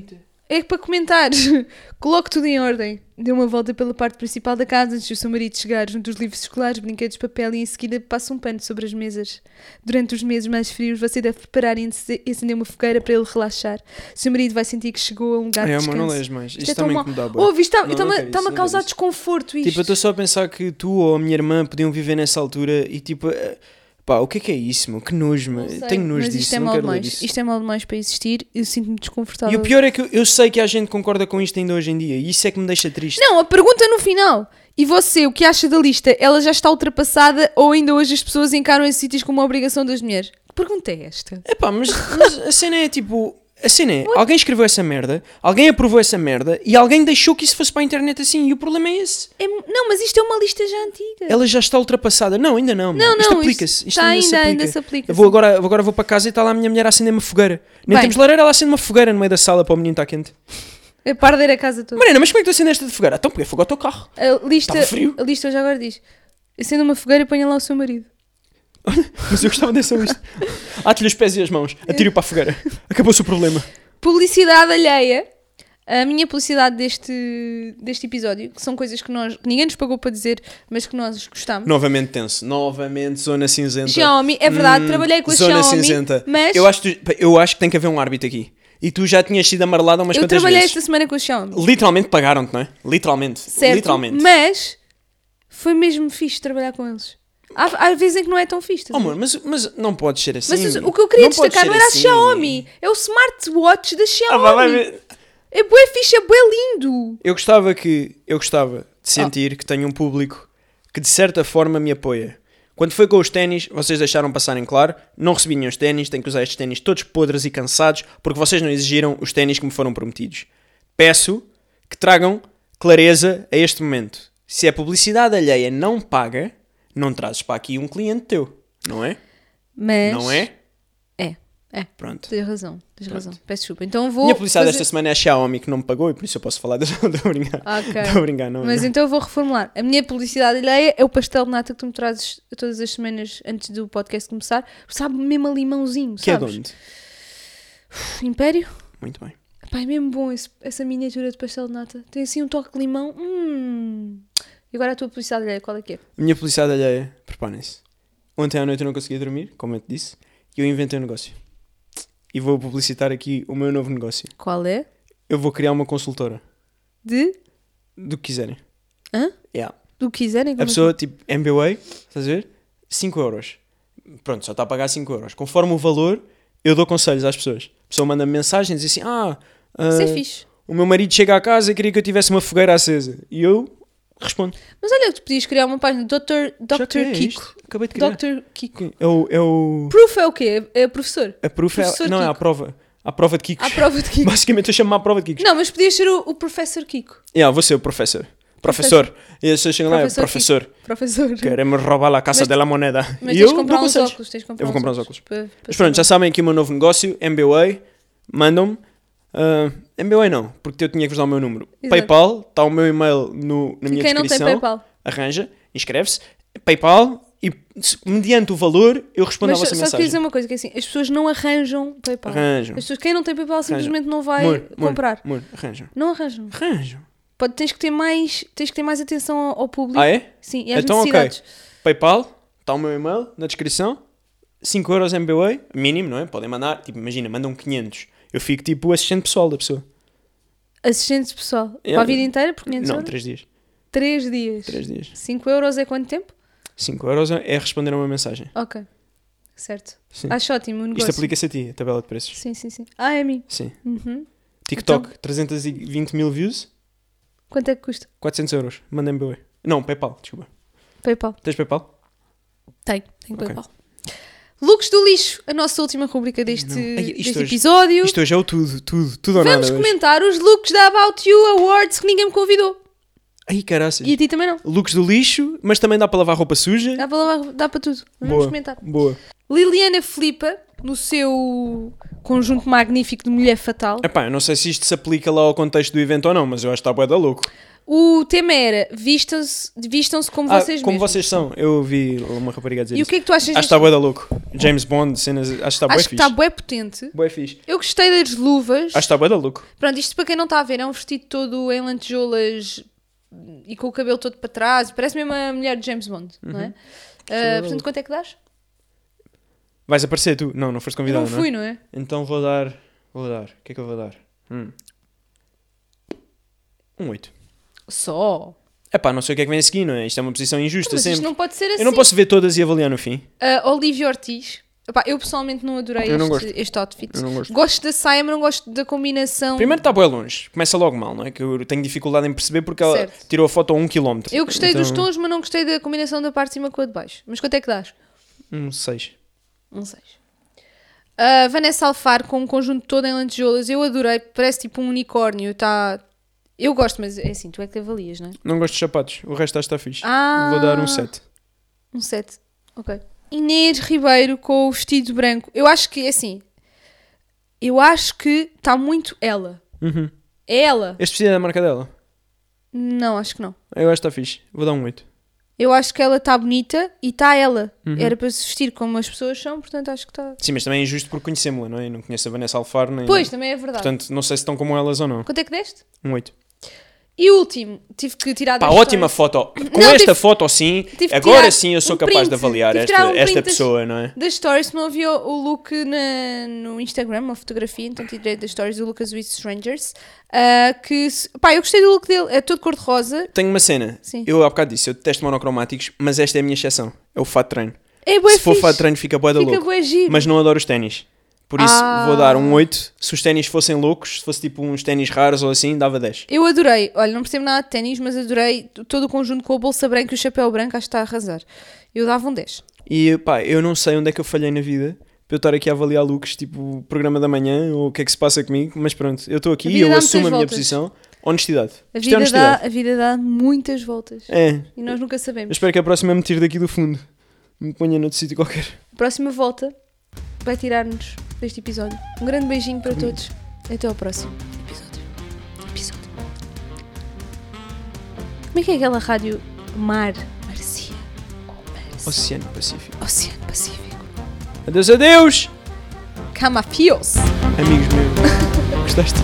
Speaker 2: É que para comentar, coloque tudo em ordem. Dê uma volta pela parte principal da casa antes do seu marido chegar, junto os livros escolares, brinquedos, papel e em seguida passa um pano sobre as mesas. Durante os meses mais frios, você deve preparar e ence- acender uma fogueira para ele relaxar. Seu marido vai sentir que chegou a um lugar de
Speaker 1: é,
Speaker 2: descanso.
Speaker 1: amor, não lês mais. Isto,
Speaker 2: Isto é tão
Speaker 1: também
Speaker 2: mau.
Speaker 1: que me dá bué.
Speaker 2: Ouve, isto está-
Speaker 1: Não,
Speaker 2: está-me a-
Speaker 1: não quero
Speaker 2: está-me
Speaker 1: isso,
Speaker 2: a
Speaker 1: não
Speaker 2: causar
Speaker 1: quero isso.
Speaker 2: desconforto isto.
Speaker 1: Tipo, eu estou só a pensar que tu ou a minha irmã podiam viver nessa altura e tipo, eh, pá, o que é que é isso, meu? Que nojo, meu.
Speaker 2: Não sei,
Speaker 1: Tenho nojo
Speaker 2: mas
Speaker 1: disso,
Speaker 2: isto é
Speaker 1: não
Speaker 2: mal
Speaker 1: quero ler
Speaker 2: demais.
Speaker 1: isso.
Speaker 2: Isto é mal demais para existir. Eu sinto-me desconfortável.
Speaker 1: E o pior é que eu, eu sei que a gente concorda com isto ainda hoje em dia e isso é que me deixa triste.
Speaker 2: Não, a pergunta no final. E você, o que acha da lista? Ela já está ultrapassada ou ainda hoje as pessoas encaram esses sítios como uma obrigação das mulheres? Que pergunta é esta?
Speaker 1: É pá, mas, mas a cena é tipo. A cena é, alguém escreveu essa merda, alguém aprovou essa merda e alguém deixou que isso fosse para a internet assim e o problema é esse.
Speaker 2: É mu- não, mas isto é uma lista já antiga.
Speaker 1: Ela já está ultrapassada. Não, ainda não.
Speaker 2: Não,
Speaker 1: mano. Isto
Speaker 2: não,
Speaker 1: aplica-se.
Speaker 2: isto-
Speaker 1: Isto
Speaker 2: tá,
Speaker 1: ainda, se
Speaker 2: ainda-
Speaker 1: aplica.
Speaker 2: ainda se aplica,
Speaker 1: Eu vou
Speaker 2: sim.
Speaker 1: agora, agora vou para casa e está lá a minha mulher a acender uma fogueira. Nem
Speaker 2: Bem.
Speaker 1: temos lareira, ela acende uma fogueira no meio da sala para o menino estar quente.
Speaker 2: É parder a casa toda.
Speaker 1: Mariana, mas como é que tu acendeste de fogueira? Então peguei fogo ao teu carro.
Speaker 2: A lista,
Speaker 1: Estava frio.
Speaker 2: a lista já agora diz: acenda uma fogueira e ponha lá o seu marido.
Speaker 1: Mas eu gostava dessa lista. Ate-lhe os pés e as mãos. Atire-o para a fogueira. Acabou-se o problema.
Speaker 2: Publicidade alheia. A minha publicidade deste, deste episódio, que são coisas que, nós, que ninguém nos pagou para dizer, mas que nós gostámos.
Speaker 1: Novamente tenso. Novamente zona cinzenta. Hum,
Speaker 2: Xiaomi, é verdade, trabalhei com a
Speaker 1: zona
Speaker 2: Xiaomi,
Speaker 1: cinzenta.
Speaker 2: mas-
Speaker 1: Eu acho, que tu- eu acho que tem que haver um árbitro aqui. E tu já tinhas sido amarelado umas
Speaker 2: Eu
Speaker 1: quantas
Speaker 2: trabalhei
Speaker 1: vezes.
Speaker 2: esta semana com a Xiaomi.
Speaker 1: Literalmente pagaram-te, não é? Literalmente.
Speaker 2: certo?
Speaker 1: Literalmente.
Speaker 2: Mas foi mesmo fixe trabalhar com eles. Há, há vezes em que não é tão fixe. estás
Speaker 1: Oh,
Speaker 2: a ver?
Speaker 1: amor, mas, mas não pode ser assim.
Speaker 2: mas os- o que eu queria
Speaker 1: pode
Speaker 2: destacar
Speaker 1: ser
Speaker 2: não era
Speaker 1: assim.
Speaker 2: a Xiaomi, é o smartwatch da
Speaker 1: Ah,
Speaker 2: Xiaomi.
Speaker 1: vai, vai ver.
Speaker 2: É bué fixe, é bué lindo.
Speaker 1: Eu gostava que eu
Speaker 2: Ah.
Speaker 1: gostava de sentir que tenho um público que de certa forma me apoia. Quando foi com os ténis, vocês deixaram passar em claro, não recebi nenhum ténis, tenho que usar estes ténis todos podres e cansados, porque vocês não exigiram os ténis que me foram prometidos. Peço que tragam clareza a este momento. Se a publicidade alheia não paga, não trazes para aqui um cliente teu, não é?
Speaker 2: Mas...
Speaker 1: Não é?
Speaker 2: É, é.
Speaker 1: Pronto.
Speaker 2: Tens razão, tens razão. Peço desculpa. Então vou.
Speaker 1: Minha publicidade
Speaker 2: fazer-
Speaker 1: esta semana é a Xiaomi que não me pagou e por isso eu posso falar de Estou a brincar.
Speaker 2: Ah, Ok.
Speaker 1: Estou a brincar, não é?
Speaker 2: Mas então eu vou reformular. A minha publicidade alheia é o pastel de nata que tu me trazes todas as semanas antes do podcast começar. Sabe mesmo a limãozinho,
Speaker 1: que é de
Speaker 2: sabes?
Speaker 1: onde?
Speaker 2: Império?
Speaker 1: Muito bem.
Speaker 2: Pá, é mesmo bom esse- essa miniatura de pastel de nata. Tem assim um toque de limão. Hum. E agora a tua publicidade alheia, qual é que é?
Speaker 1: A minha publicidade alheia, preparem-se. Ontem à noite eu não conseguia dormir, como eu te disse, e eu inventei um negócio. E vou publicitar aqui o meu novo negócio.
Speaker 2: Qual é?
Speaker 1: Eu vou criar uma consultora,
Speaker 2: De?
Speaker 1: do que quiserem.
Speaker 2: Hã?
Speaker 1: Yeah.
Speaker 2: Do que quiserem. como
Speaker 1: A
Speaker 2: é que-
Speaker 1: pessoa, tipo, MBA, estás a ver? 5 euros. Pronto, só está a pagar 5 euros. Conforme o valor, eu dou conselhos às pessoas. A pessoa manda mensagens e diz assim, ah...
Speaker 2: Isso é
Speaker 1: ah,
Speaker 2: fixe.
Speaker 1: O meu marido chega à casa e queria que eu tivesse uma fogueira acesa. E eu respondo.
Speaker 2: Mas olha, tu podias criar uma página. Dr.
Speaker 1: já
Speaker 2: Dr.
Speaker 1: criei
Speaker 2: Kiko.
Speaker 1: isto. Acabei de criar.
Speaker 2: Dr. Kiko.
Speaker 1: É o... É o...
Speaker 2: Proof é o quê? É professor?
Speaker 1: A proof é...
Speaker 2: Professor
Speaker 1: Não, é a
Speaker 2: Kiko.
Speaker 1: prova. A prova de Kikos.
Speaker 2: À prova de Kiko.
Speaker 1: Basicamente eu chamo-me à prova de Kikos.
Speaker 2: Não, mas podias ser o, o Professor Kiko.
Speaker 1: Yeah, vou ser o professor. Professor. E as pessoas chegam lá e eu,
Speaker 2: Professor
Speaker 1: professor,
Speaker 2: Professor.
Speaker 1: queremos roubar a casa
Speaker 2: Mas-
Speaker 1: da la moneda.
Speaker 2: Mas tens
Speaker 1: e
Speaker 2: de
Speaker 1: eu
Speaker 2: comprar
Speaker 1: dou
Speaker 2: uns
Speaker 1: conselhos.
Speaker 2: óculos. Tens de comprar
Speaker 1: Eu vou
Speaker 2: uns
Speaker 1: comprar uns
Speaker 2: óculos. Pa- pa-
Speaker 1: Mas pronto, já sabem que o meu novo negócio, MBA, mandam-me. Ah, MBA não, porque eu tinha que vos dar o meu número.
Speaker 2: Exato.
Speaker 1: PayPal, está o meu e-mail no, na minha
Speaker 2: E quem não tem
Speaker 1: descrição.
Speaker 2: PayPal?
Speaker 1: arranja, inscreve-se, PayPal e se- mediante o valor eu respondo
Speaker 2: Mas
Speaker 1: à
Speaker 2: só,
Speaker 1: vossa
Speaker 2: só queria dizer
Speaker 1: mensagem.
Speaker 2: uma coisa, que é assim, as pessoas não arranjam PayPal.
Speaker 1: Arranjam.
Speaker 2: As pessoas, quem não tem PayPal simplesmente não vai
Speaker 1: Amor, amor,
Speaker 2: comprar.
Speaker 1: amor, arranjam.
Speaker 2: Não arranjam.
Speaker 1: Arranjam.
Speaker 2: Pode, tens, que ter mais, tens que ter mais atenção ao, ao público.
Speaker 1: Ah é?
Speaker 2: Sim, e às
Speaker 1: Então, ok.
Speaker 2: necessidades.
Speaker 1: PayPal, está o meu e-mail na descrição. 5 euros MBA, mínimo, não é? Podem mandar, tipo, imagina, mandam 500. Eu fico tipo o assistente pessoal da pessoa.
Speaker 2: Assistente pessoal.
Speaker 1: É.
Speaker 2: Para a vida inteira, por 500
Speaker 1: Não,
Speaker 2: euros?
Speaker 1: 3 dias.
Speaker 2: 3 dias.
Speaker 1: 3 dias.
Speaker 2: 5 euros é quanto tempo?
Speaker 1: 5 euros é responder a uma mensagem.
Speaker 2: Ok. Certo.
Speaker 1: Sim.
Speaker 2: Acho ótimo o negócio.
Speaker 1: Isto aplica-se a ti, a tabela de preços.
Speaker 2: Sim, sim, sim. Ah, é a mim.
Speaker 1: Sim.
Speaker 2: Uhum.
Speaker 1: TikTok, 320 mil views,
Speaker 2: Quanto é que custa?
Speaker 1: 400 euros. Manda MBA. Não, PayPal, desculpa.
Speaker 2: PayPal.
Speaker 1: Tens PayPal?
Speaker 2: Tem, tem
Speaker 1: Ok.
Speaker 2: PayPal. Looks do lixo, a nossa última rubrica deste,
Speaker 1: Ai, isto
Speaker 2: deste
Speaker 1: hoje-
Speaker 2: episódio.
Speaker 1: Isto hoje é o tudo, tudo, tudo ou
Speaker 2: Vamos
Speaker 1: nada. hoje.
Speaker 2: comentar os looks da About You Awards que ninguém me convidou.
Speaker 1: Ai, caraças.
Speaker 2: E a ti também não.
Speaker 1: Looks do lixo, mas também dá para lavar roupa suja.
Speaker 2: Dá para, lavar- dá para tudo. Vamos
Speaker 1: Boa,
Speaker 2: comentar.
Speaker 1: boa.
Speaker 2: Liliana Filipa, no seu conjunto magnífico de Mulher Fatal.
Speaker 1: Epá, eu não sei se isto se aplica lá ao contexto do evento ou não, mas eu acho que está bué da louco.
Speaker 2: O tema era vistam-se vistam como
Speaker 1: Ah,
Speaker 2: vocês
Speaker 1: como
Speaker 2: mesmos.
Speaker 1: vocês são. Eu vi uma rapariga dizer
Speaker 2: E o
Speaker 1: isso.
Speaker 2: que é que tu achas
Speaker 1: Acho que
Speaker 2: disto?
Speaker 1: está bué da louco. James Bond, cenas... Acho que está bué
Speaker 2: Acho que tá está
Speaker 1: fixe.
Speaker 2: bué potente.
Speaker 1: Bué fixe. Acho
Speaker 2: Eu gostei das luvas.
Speaker 1: que tá está bué da louco.
Speaker 2: Pronto, isto para quem não está a ver, é um vestido todo em lantejoulas e com o cabelo todo para trás. Parece mesmo a mulher de James Bond, não é?
Speaker 1: Uhum.
Speaker 2: Ah, portanto, quanto é que dás?
Speaker 1: Vais aparecer tu? Não, não foste
Speaker 2: Eu
Speaker 1: convidado,
Speaker 2: não
Speaker 1: não,
Speaker 2: fui, não é?
Speaker 1: Então vou dar... Vou dar. O que é que eu vou dar? Hum. Um 8.
Speaker 2: Só.
Speaker 1: Epá, não sei o que é que vem a seguir, não é? Isto é uma posição injusta
Speaker 2: Mas
Speaker 1: sempre.
Speaker 2: isto não pode ser assim.
Speaker 1: Eu não posso ver todas e avaliar no fim.
Speaker 2: Ah, Olivia Ortiz. Epá, eu pessoalmente não adorei
Speaker 1: Eu não
Speaker 2: este,
Speaker 1: gosto.
Speaker 2: este outfit.
Speaker 1: Eu não gosto.
Speaker 2: da saia, mas não gosto da combinação.
Speaker 1: Primeiro está bué longe. Começa logo mal, não é? Que eu tenho dificuldade em perceber porque ela
Speaker 2: Certo.
Speaker 1: tirou a foto a 1 km.
Speaker 2: Eu gostei dos
Speaker 1: então-
Speaker 2: tons, mas não gostei da combinação da parte de cima com a de baixo. Mas quanto é que dás?
Speaker 1: Um 6.
Speaker 2: Um 6. A Ah, Vanessa Alfaro com um conjunto todo em lantejoulas. Eu adorei. Parece tipo um unicórnio. Tá... Eu gosto, mas é assim, tu é que avalias, não é?
Speaker 1: Não gosto de sapatos. O resto acho que está fixe.
Speaker 2: Ah.
Speaker 1: Vou dar um 7.
Speaker 2: Um 7. Ok. Inês Ribeiro com o vestido branco. Eu acho que, é assim... Eu acho que está muito ela.
Speaker 1: Uhum.
Speaker 2: É ela?
Speaker 1: Este vestido é da marca dela.
Speaker 2: Não, acho que não.
Speaker 1: Eu acho que está fixe. Vou dar um 8.
Speaker 2: Eu acho que ela está bonita e está ela. Era para se vestir como as pessoas são, portanto acho que está...
Speaker 1: Uhum. Sim, mas também é injusto porque conhecemos-la, não é? Eu não conheço a Vanessa Alfaro nem.
Speaker 2: Pois, também é verdade.
Speaker 1: Portanto, não sei se estão como elas ou não.
Speaker 2: Quanto é que deste?
Speaker 1: Um 8.
Speaker 2: E o último, tive que tirar da
Speaker 1: Pá,
Speaker 2: história.
Speaker 1: ótima foto. Com
Speaker 2: Não,
Speaker 1: esta
Speaker 2: tive-
Speaker 1: foto, sim.
Speaker 2: tive que tirar
Speaker 1: Agora sim eu sou
Speaker 2: um
Speaker 1: capaz
Speaker 2: print.
Speaker 1: de avaliar
Speaker 2: Tive que
Speaker 1: esta,
Speaker 2: tirar um
Speaker 1: esta
Speaker 2: print das-
Speaker 1: pessoa, não é?
Speaker 2: Das stories, não havia o look na- no Instagram, uma fotografia, então tirei das stories do Lucas with Strangers. ah, que, se- pá, eu gostei do look dele, é todo cor-de-rosa.
Speaker 1: Tenho uma cena.
Speaker 2: Sim.
Speaker 1: Eu há bocado disse, eu detesto monocromáticos, mas esta é a minha exceção. É o fato de treino.
Speaker 2: É bué
Speaker 1: Se for
Speaker 2: fixe.
Speaker 1: fato de treino, fica boa da
Speaker 2: Fica
Speaker 1: louco.
Speaker 2: bué giro.
Speaker 1: Mas não adoro os ténis. Por isso,
Speaker 2: Ah.
Speaker 1: vou dar um 8. Se os ténis fossem loucos, se fosse tipo uns ténis raros ou assim, dava 10.
Speaker 2: Eu adorei, olha, não percebo nada de ténis, mas adorei t- todo o conjunto com a bolsa branca e o chapéu branco, acho que está a arrasar. Eu dava um 10.
Speaker 1: E pá, eu não sei onde é que eu falhei na vida para eu estar aqui a avaliar looks, tipo programa da manhã ou o que é que se passa comigo, mas pronto, eu estou aqui
Speaker 2: A
Speaker 1: e
Speaker 2: vida
Speaker 1: eu
Speaker 2: dá muitas
Speaker 1: assumo a minha
Speaker 2: voltas.
Speaker 1: posição. Honestidade.
Speaker 2: A
Speaker 1: Isto é
Speaker 2: vida, dá,
Speaker 1: honestidade.
Speaker 2: a vida dá muitas voltas
Speaker 1: É,
Speaker 2: e nós nunca
Speaker 1: eu
Speaker 2: sabemos.
Speaker 1: espero que a próxima me tire daqui do fundo. Me ponha noutro sítio qualquer.
Speaker 2: A próxima volta vai tirar-nos deste episódio. Um grande beijinho para todos. Até ao próximo episódio. Episódio. Como é que é aquela rádio Mar, Marcia,
Speaker 1: Oceano Pacífico.
Speaker 2: Oceano Pacífico?
Speaker 1: Adeus, adeus!
Speaker 2: Camafios!
Speaker 1: Amigos meus, gostaste?